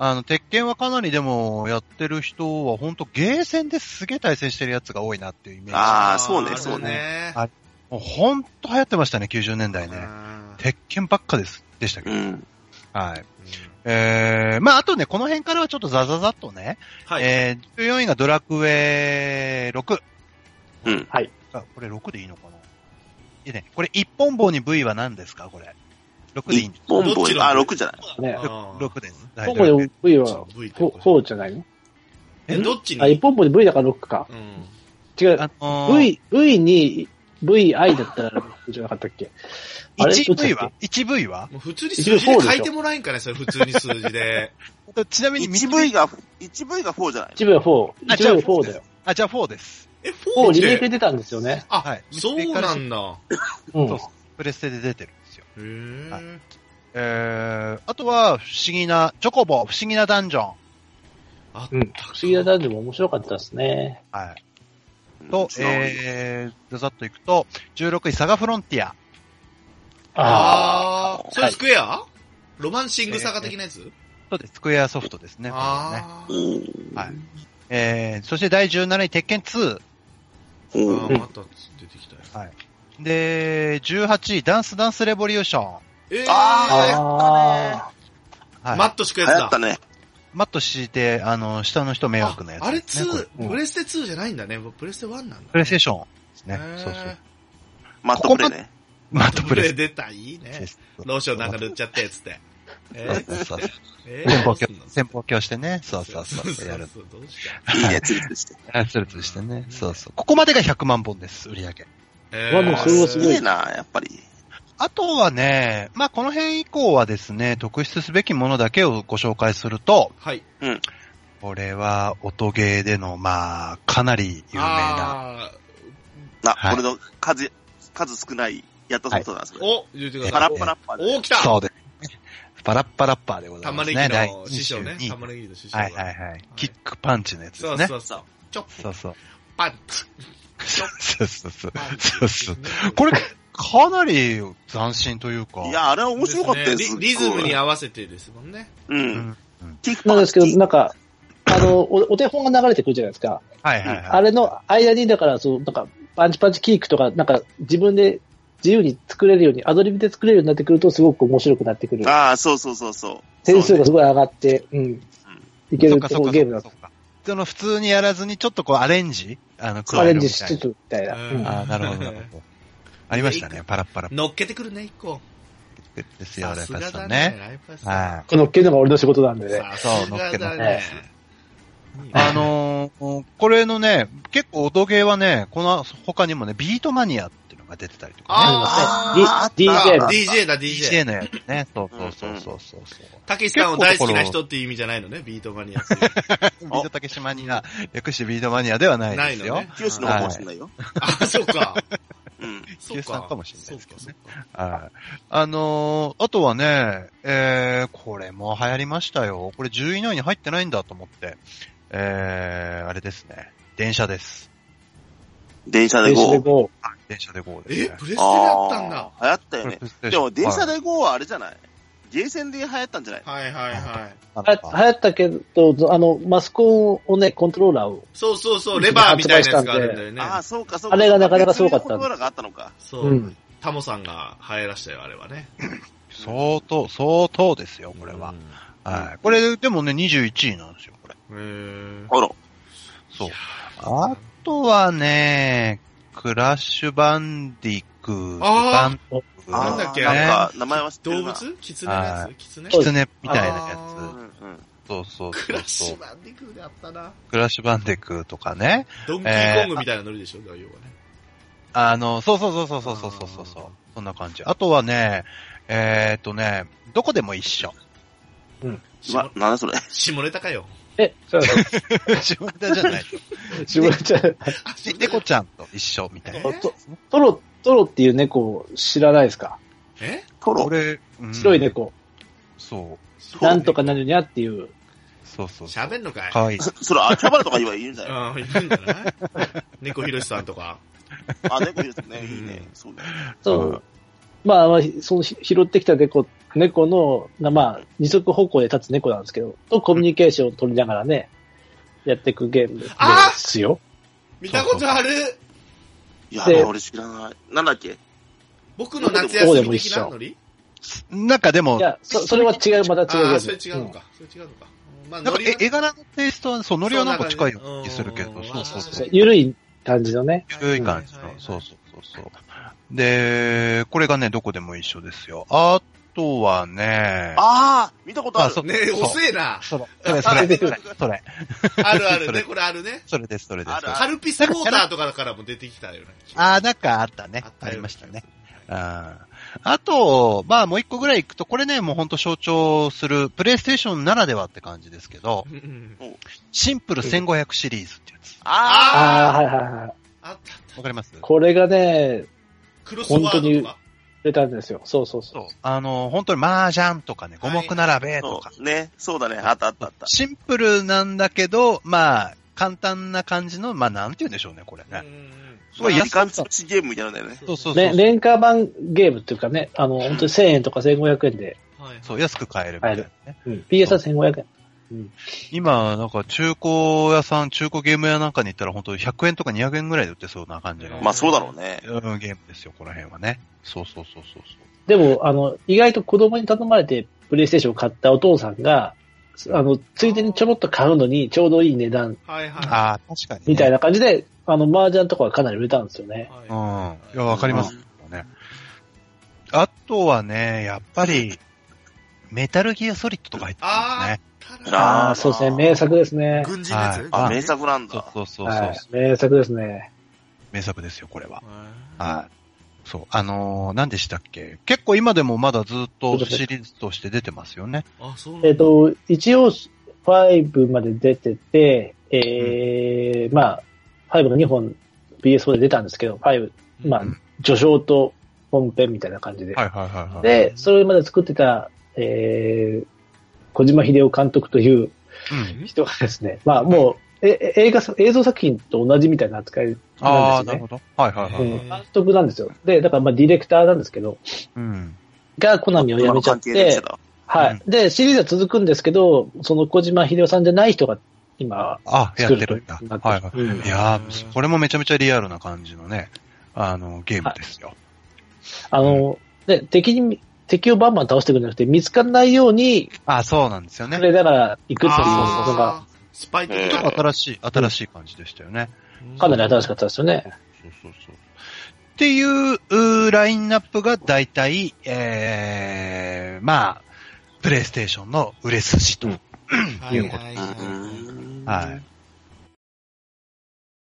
Speaker 3: あの、鉄拳はかなりでもやってる人は本当ゲーセンですげえ対戦してるやつが多いなっていうイメージ。
Speaker 4: あーそうね
Speaker 2: ある
Speaker 4: そう
Speaker 2: ね。
Speaker 3: あもう本当流行ってましたね、90年代ね。
Speaker 2: あー
Speaker 3: 鉄拳ばっかです、でしたけ
Speaker 4: う
Speaker 3: ど。
Speaker 4: ん。
Speaker 3: はい。
Speaker 2: うん
Speaker 3: えー、まああとね、この辺からはちょっとザザザっとね、
Speaker 2: はい。
Speaker 3: えー、14位がドラクエ6。
Speaker 4: うん。
Speaker 3: あ、これ6でいいのかないやね、これ一本棒に V は何ですかこれ。6でいいんです。
Speaker 4: ボンボ
Speaker 2: どっち
Speaker 4: ン。
Speaker 2: な
Speaker 4: あ、
Speaker 2: の
Speaker 4: 6じゃない。
Speaker 5: ね。
Speaker 3: 6です。はい
Speaker 5: ポンポで V は、
Speaker 2: V って
Speaker 5: フ
Speaker 2: こ
Speaker 5: ォ
Speaker 2: と
Speaker 5: フォーじゃないの
Speaker 2: え、どっちに
Speaker 5: あ、一本ポで V だからロックか。
Speaker 2: うん。
Speaker 5: 違う。
Speaker 3: あのー
Speaker 5: V、V に VI だったらじゃなかったっけあれ
Speaker 3: 1V は ?1V は
Speaker 2: もう普通に数字で書いてもらえんかね、それ普通に数字で。
Speaker 3: ちなみに
Speaker 4: 1V が、1V が4じゃない
Speaker 5: ?1 分4。
Speaker 3: あじゃあ
Speaker 5: 1分4だよ。
Speaker 3: あ、じゃあ4です。
Speaker 2: え、
Speaker 5: も
Speaker 2: 4
Speaker 5: うリメ
Speaker 2: っ
Speaker 5: イク
Speaker 2: て。
Speaker 5: 出たんですよね。
Speaker 2: あ、
Speaker 3: はい
Speaker 2: そうなんだ。
Speaker 5: う
Speaker 3: そうんで。すプレステで出てるんですよ。
Speaker 2: へー
Speaker 3: えー、あとは、不思議な、チョコボ、不思議なダンジョン。
Speaker 2: あ
Speaker 5: うん。不思議なダンジョンも面白かったですね。
Speaker 3: はい。
Speaker 4: うん
Speaker 3: と、
Speaker 4: 違う
Speaker 3: えー、ざざっといくと、16位、サガフロンティア。
Speaker 5: ああ。
Speaker 2: あー、それスクエアロマンシングサガ的なやつ
Speaker 3: そうです。スクエアソフトですね。こ
Speaker 2: あー
Speaker 3: れはね。はい。えー、そして第17位、鉄拳2。
Speaker 4: う
Speaker 2: あ
Speaker 4: ん
Speaker 2: ー、また出てきたよ。
Speaker 3: で、18位、ダンスダンスレボリューション。
Speaker 2: えー、
Speaker 4: あ
Speaker 5: あ
Speaker 3: はい。
Speaker 2: マット敷く
Speaker 4: 流
Speaker 2: やつ
Speaker 4: 行
Speaker 2: だ
Speaker 4: った。ね。
Speaker 3: マット敷いて、あの、下の人迷惑のやつ、
Speaker 2: ああれ
Speaker 3: ですねこ
Speaker 2: 2、
Speaker 5: うん
Speaker 2: プレステ2じゃないんだね。プレステ1なんだ、ね。
Speaker 3: プレイステーションです
Speaker 2: へ
Speaker 3: ね
Speaker 2: ー。
Speaker 3: そうそう。
Speaker 4: マットプレイね。
Speaker 3: マット
Speaker 2: プ
Speaker 3: プレイ
Speaker 2: レ
Speaker 3: ステ
Speaker 2: 出た、いい
Speaker 3: ーション
Speaker 2: ね
Speaker 3: で。す。
Speaker 2: ローションなんか塗っちゃって、つって。え
Speaker 3: そう
Speaker 2: ー、
Speaker 3: そうそう
Speaker 2: えー
Speaker 3: 先
Speaker 2: ど
Speaker 3: 方教
Speaker 2: うすんの、
Speaker 3: 先方教してね。そうそうそう。
Speaker 2: そう
Speaker 3: やる。
Speaker 2: そうどうした
Speaker 4: いいね、ツルツルして。
Speaker 3: やつるつしてね。そうそう。ここまでが100万本です、売り上げ。
Speaker 2: え
Speaker 5: まあでもそれはす
Speaker 4: す
Speaker 5: ご
Speaker 4: げえな、やっぱり。
Speaker 3: あとはね、まあ、この辺以降はですね、特筆すべきものだけをご紹介すると、
Speaker 2: はい。
Speaker 3: これは音ゲーでの、まあ、かなり有名な。
Speaker 2: あ
Speaker 4: な、
Speaker 3: はい
Speaker 4: これの数、数少ない、やったソフトなんです
Speaker 2: ー
Speaker 4: けど。
Speaker 2: お、言ってくださ
Speaker 4: パラ
Speaker 2: い。
Speaker 4: ッパラッパで。
Speaker 2: お、来た
Speaker 3: そうですね。パラッパラッパーでござい
Speaker 2: 玉
Speaker 3: ます
Speaker 2: ね
Speaker 3: ね。
Speaker 2: ぎの師匠ね
Speaker 3: 第。22
Speaker 2: 玉ねぎの師匠が。
Speaker 3: はいはいはい。キックパンチのやつで
Speaker 2: そ
Speaker 3: す
Speaker 2: う
Speaker 3: ね。
Speaker 2: そうそう。チョッ
Speaker 3: そうそう。
Speaker 2: パンチ。
Speaker 3: そうそうそう。
Speaker 2: パンチ
Speaker 3: そうそう。これ、かなり斬新というか。
Speaker 4: いや、あれは面白かったです。
Speaker 2: ねリリズムに合わせてですもんね。
Speaker 4: う。
Speaker 3: うんん。
Speaker 4: キック
Speaker 5: な
Speaker 4: パン
Speaker 5: んですけど、
Speaker 4: チ。
Speaker 5: なんか、あの、おお手本が流れてくるじゃないですか。
Speaker 3: はいはいはい。
Speaker 5: あれの間に、だから、そう、なんか、パンチパンチキークとか、なんか、自分で自由に作れるように、アドリブで作れるようになってくると、すごく面白くなってくる。
Speaker 4: ああ、そうそうそうそう。
Speaker 5: 点数
Speaker 4: そう
Speaker 5: が
Speaker 4: ね
Speaker 5: すごい上がって、うん。いけ
Speaker 3: そっ
Speaker 5: るっ
Speaker 3: か
Speaker 5: て
Speaker 3: そっか
Speaker 5: ゲームだ
Speaker 3: そ
Speaker 5: と
Speaker 3: っ。かその普通にやらずに、ちょっとこうアレンジあの、
Speaker 5: ア
Speaker 3: 加え
Speaker 5: レ
Speaker 3: る
Speaker 5: ン
Speaker 3: み
Speaker 5: ジしつ
Speaker 3: たい
Speaker 5: つ、みたいな。
Speaker 2: う
Speaker 5: うんん
Speaker 3: な。あーなるほど、なるほど。ありましたね、パラッパラッ
Speaker 2: 乗っけてくるね、一個。
Speaker 3: パですよ、
Speaker 2: さ
Speaker 3: ライ
Speaker 2: す
Speaker 3: パ
Speaker 2: が
Speaker 3: スさ
Speaker 2: だ
Speaker 3: ん
Speaker 2: ね
Speaker 3: ね。、
Speaker 2: ライパスさん。
Speaker 3: はい。
Speaker 5: このっけるのが俺の仕事なんでね。
Speaker 2: さすがだね。
Speaker 3: あのー、これのね、結構音ゲーはね、この他にもね、ビートマニアっていうのが出てたりとかね。
Speaker 2: あ
Speaker 4: あ
Speaker 5: ー
Speaker 2: ーあ
Speaker 5: DJ だ
Speaker 2: DJ だ、DJ
Speaker 3: DJ。のやつね。そうそうそうそうそうそう。
Speaker 2: たけしさんを大好きな人っていう意味じゃないのね、ビートマニアっていう。
Speaker 3: ビートたけしマニア、略してビートマニアではないですよ。
Speaker 2: ないのね
Speaker 4: 清の方かもしれないよ。
Speaker 2: あ、 そうか。
Speaker 4: うん。
Speaker 2: そう
Speaker 3: さんかもしれないですけどね
Speaker 2: そうかそうか
Speaker 3: はい。あのーあとはね、えー、これも流行りましたよ。これ10位以内に入ってないんだと思って。えー、あれですね。電車です。
Speaker 4: 電車で
Speaker 5: 電子で
Speaker 4: GO。
Speaker 5: こ
Speaker 3: 電車で GO で
Speaker 2: え、
Speaker 3: すね
Speaker 2: プ。レステであったんだ
Speaker 4: あ。あ、流行った よね。
Speaker 3: え
Speaker 4: でも、電車で GO はあれじゃないゲーセンで流行ったんじゃない
Speaker 2: はいはいはい。
Speaker 5: う、は流行ったけど、あの、マスコンをね、コントローラーを。
Speaker 2: そうそうそう、レバーみたいなやつがあるんだよね。
Speaker 4: ああ、そうか、そうか。
Speaker 5: あれがなかなかすごかった
Speaker 4: そういう言葉があったのか。
Speaker 2: そうう。
Speaker 5: ん。
Speaker 2: タモさんが流行らしたよ、あれはね。
Speaker 3: 相当、相当ですよ、これは。はい。これ、でもね、21位なんですよ、これ。
Speaker 2: うん。へー
Speaker 4: あら。
Speaker 3: そう。あとはね、クラッシュバンディク、
Speaker 2: あ
Speaker 3: ー
Speaker 4: あー
Speaker 2: なんだっけ
Speaker 4: なんか、名前は知って
Speaker 2: 動
Speaker 4: るな。
Speaker 2: 物キツネのや
Speaker 3: は
Speaker 2: つキツネ
Speaker 3: キツネみたいな
Speaker 2: あー
Speaker 3: や
Speaker 4: うんうん。
Speaker 3: つ。そうそうそうそう。
Speaker 2: クラッシュバンディクーであったな。
Speaker 3: クラッシュバンディクとかね。
Speaker 2: ドンキーコングみたいなノリでしょ、要はね。
Speaker 3: あの、そうそうそうそうそうそうそうそう
Speaker 2: あー
Speaker 3: そんな感じ。あとはね、えーっとね、どこでも一緒。
Speaker 4: うわ
Speaker 2: 下、
Speaker 4: なんだそれ。
Speaker 2: 下ネタかよ。
Speaker 5: え、そうそう。
Speaker 3: 自分でじ ゃない。
Speaker 5: 自分じゃない、
Speaker 3: で猫ちゃんと一緒みたいな。
Speaker 5: とトロ、トロっていう猫知らないですか
Speaker 2: え
Speaker 4: トロ
Speaker 3: こ。れ、うん
Speaker 5: 白い。猫。
Speaker 3: そう。
Speaker 5: なんとかなるにゃっていう。
Speaker 3: そうそう。
Speaker 2: 喋んのかい
Speaker 3: かわいい。
Speaker 4: それ、秋葉原とか今いるんじゃ ない
Speaker 2: うん、いるんじゃない猫ひろしさんとか。
Speaker 4: あ、猫いるね。いいね。そうね。
Speaker 5: そう。まあ、そのひ拾ってきた猫、猫の、なまあ、二足歩行で立つ猫なんですけど、とコミュニケーションを取りながらね、やっていくゲームですよ。
Speaker 2: 見たことある
Speaker 4: いや、
Speaker 5: で
Speaker 4: 俺知らない。なんだっけ
Speaker 2: 僕の夏休み的なノリ
Speaker 3: なんかでも
Speaker 5: い、や、そそれは違う、また違うゲーム。
Speaker 2: ああ、それ違うのか。それ違うのか。うんまあ、
Speaker 3: な
Speaker 2: ノ
Speaker 3: んか
Speaker 2: リは
Speaker 3: え絵柄のテイストは、そう、ノリはなんか近い
Speaker 2: そうなんかね
Speaker 3: 気するけ
Speaker 2: う
Speaker 3: ど、
Speaker 2: ん
Speaker 3: そうそう
Speaker 5: うん
Speaker 3: そ
Speaker 5: そうう。ゆるい感じのね。
Speaker 3: 緩い感じ
Speaker 2: はいはいは、
Speaker 3: の
Speaker 2: い
Speaker 3: そうそうそうそう。で、これがね、どこでも一緒ですよ。あとはね、
Speaker 4: ああ、見たことある。
Speaker 3: そう
Speaker 2: ねえ、遅えな。
Speaker 3: それ、それ、それ、それ、それ、
Speaker 2: あるある
Speaker 3: そ
Speaker 2: ね、
Speaker 3: れ
Speaker 2: これあるね。
Speaker 3: それです、それです。
Speaker 4: あるある
Speaker 2: カルピスウォーターとかからも出てきたような気が。
Speaker 3: ああ、なんかあったね
Speaker 2: あっ。
Speaker 3: ありましたね。。ああと、まあもう一個ぐらい行くと、これね、もうほんと象徴する、プレイステーションならではって感じですけど、
Speaker 2: うん
Speaker 3: シンプル1500シリーズってやつ。
Speaker 4: あ
Speaker 5: ああ、はいはいはい。
Speaker 2: あったあった
Speaker 3: わかります
Speaker 5: これがね、
Speaker 2: クロスワードとか。
Speaker 5: 出たんですよ。そうそう
Speaker 3: そう
Speaker 5: そ。
Speaker 3: あの、本当に麻雀とかね、
Speaker 2: は
Speaker 3: 五
Speaker 2: い
Speaker 3: 目並べ
Speaker 4: あ
Speaker 3: とか、
Speaker 4: そうね。そうだね。あったあったあった。
Speaker 3: シンプルなんだけど、まあ、簡単な感じの、まあなんて言うんでしょうね、これね。すごい安
Speaker 4: 時
Speaker 3: か
Speaker 4: 間
Speaker 3: った
Speaker 4: つ。ぶしゲームみたいなのだよね。
Speaker 3: そうそうそう
Speaker 5: う。ね、廉価版ゲームっていうかね、あの、本当に1000円とか1500円で、
Speaker 2: はい。
Speaker 3: そう、安く買えるみたいなね。
Speaker 5: うん、PS は1500円。
Speaker 3: 今、なんか中古屋さん、中古ゲーム屋なんかに行ったら本当に100円とか200円ぐらいで売ってそうな感じの、
Speaker 4: まあそうだろうね。
Speaker 3: うんゲームですよ、この辺はね。そうそうそうそうそ
Speaker 5: でも、あの、意外と子供に頼まれて、プレイステーションを買ったお父さんが、あの、ついでにちょろっと買うのにちょうどいい値段
Speaker 2: はいは
Speaker 3: う。
Speaker 2: い。
Speaker 3: ああ、確かに、ね。
Speaker 5: みたいな感じで、あの、麻雀とかはかなり売れたんですよね。
Speaker 2: はい
Speaker 3: うん。いや、わかりますよね。あとはね、やっぱり、メタルギアソリッドとか入ってますね。
Speaker 2: ただ
Speaker 4: あー
Speaker 5: ああー、そうですね。名作ですね。
Speaker 2: 軍人のやつね
Speaker 3: はいあ
Speaker 4: 名作なん
Speaker 3: そう
Speaker 4: だ。
Speaker 3: そうそうそう、
Speaker 5: はい。名作ですね。
Speaker 3: 名作ですよ、これは。
Speaker 2: はい
Speaker 3: はい。そう。あのー、何でしたっけ結構今でもまだずっとシリーズとして出てますよね。
Speaker 2: あ、そうなんだ
Speaker 5: えっ、と、一応、5まで出てて、えー、まあ、5が2本 BS4 で出たんですけど、5、まあ
Speaker 3: うん、
Speaker 5: 序章と本編みたいな感じで。
Speaker 3: はいはいはいはい。
Speaker 5: で、それまで作ってた、えー、小島秀夫監督という
Speaker 3: うん、
Speaker 5: 人がですね、まあもう、ええ映画、映像作品と同じみたいな扱い
Speaker 3: あ
Speaker 5: な
Speaker 3: あ、
Speaker 5: ん
Speaker 3: な
Speaker 5: で
Speaker 3: る
Speaker 5: すよね
Speaker 3: ほ。ど。はいはいは
Speaker 5: う
Speaker 3: い。
Speaker 5: ん、監督なんですよ。で、だからまあディレクターなんですけど、
Speaker 3: うん。
Speaker 5: がコナミを辞
Speaker 4: 今
Speaker 5: め
Speaker 4: の
Speaker 5: ちゃっ
Speaker 4: 関係で
Speaker 5: て
Speaker 4: 来、た。
Speaker 5: はい。で、シリーズは続くんですけど、その小島秀夫さんじゃない人が今、
Speaker 3: あ、や
Speaker 5: 作
Speaker 3: って
Speaker 5: ると
Speaker 3: る
Speaker 5: い
Speaker 3: ん
Speaker 5: う
Speaker 3: だ。
Speaker 5: なって
Speaker 3: はいはい。
Speaker 5: うん
Speaker 3: いやー、これもめちゃめちゃリアルな感じのね、あの、ゲームですよ。
Speaker 5: あの、ね、敵に、敵をバンバン倒していくんじゃなくて、見つからないように、
Speaker 3: あそうなんですよ
Speaker 5: そ
Speaker 3: ね。
Speaker 5: れだから行くっていうのが
Speaker 2: あ、ースパイ的
Speaker 4: え
Speaker 2: な
Speaker 4: え
Speaker 3: 新しい、新しい感じでしたよね。
Speaker 5: かなり新しかったですよね。
Speaker 3: そうそうそう。っていううーラインナップが大体、えー、まあ、プレイステーションの売れ筋と。
Speaker 2: はいはいはい
Speaker 4: うん
Speaker 3: はい。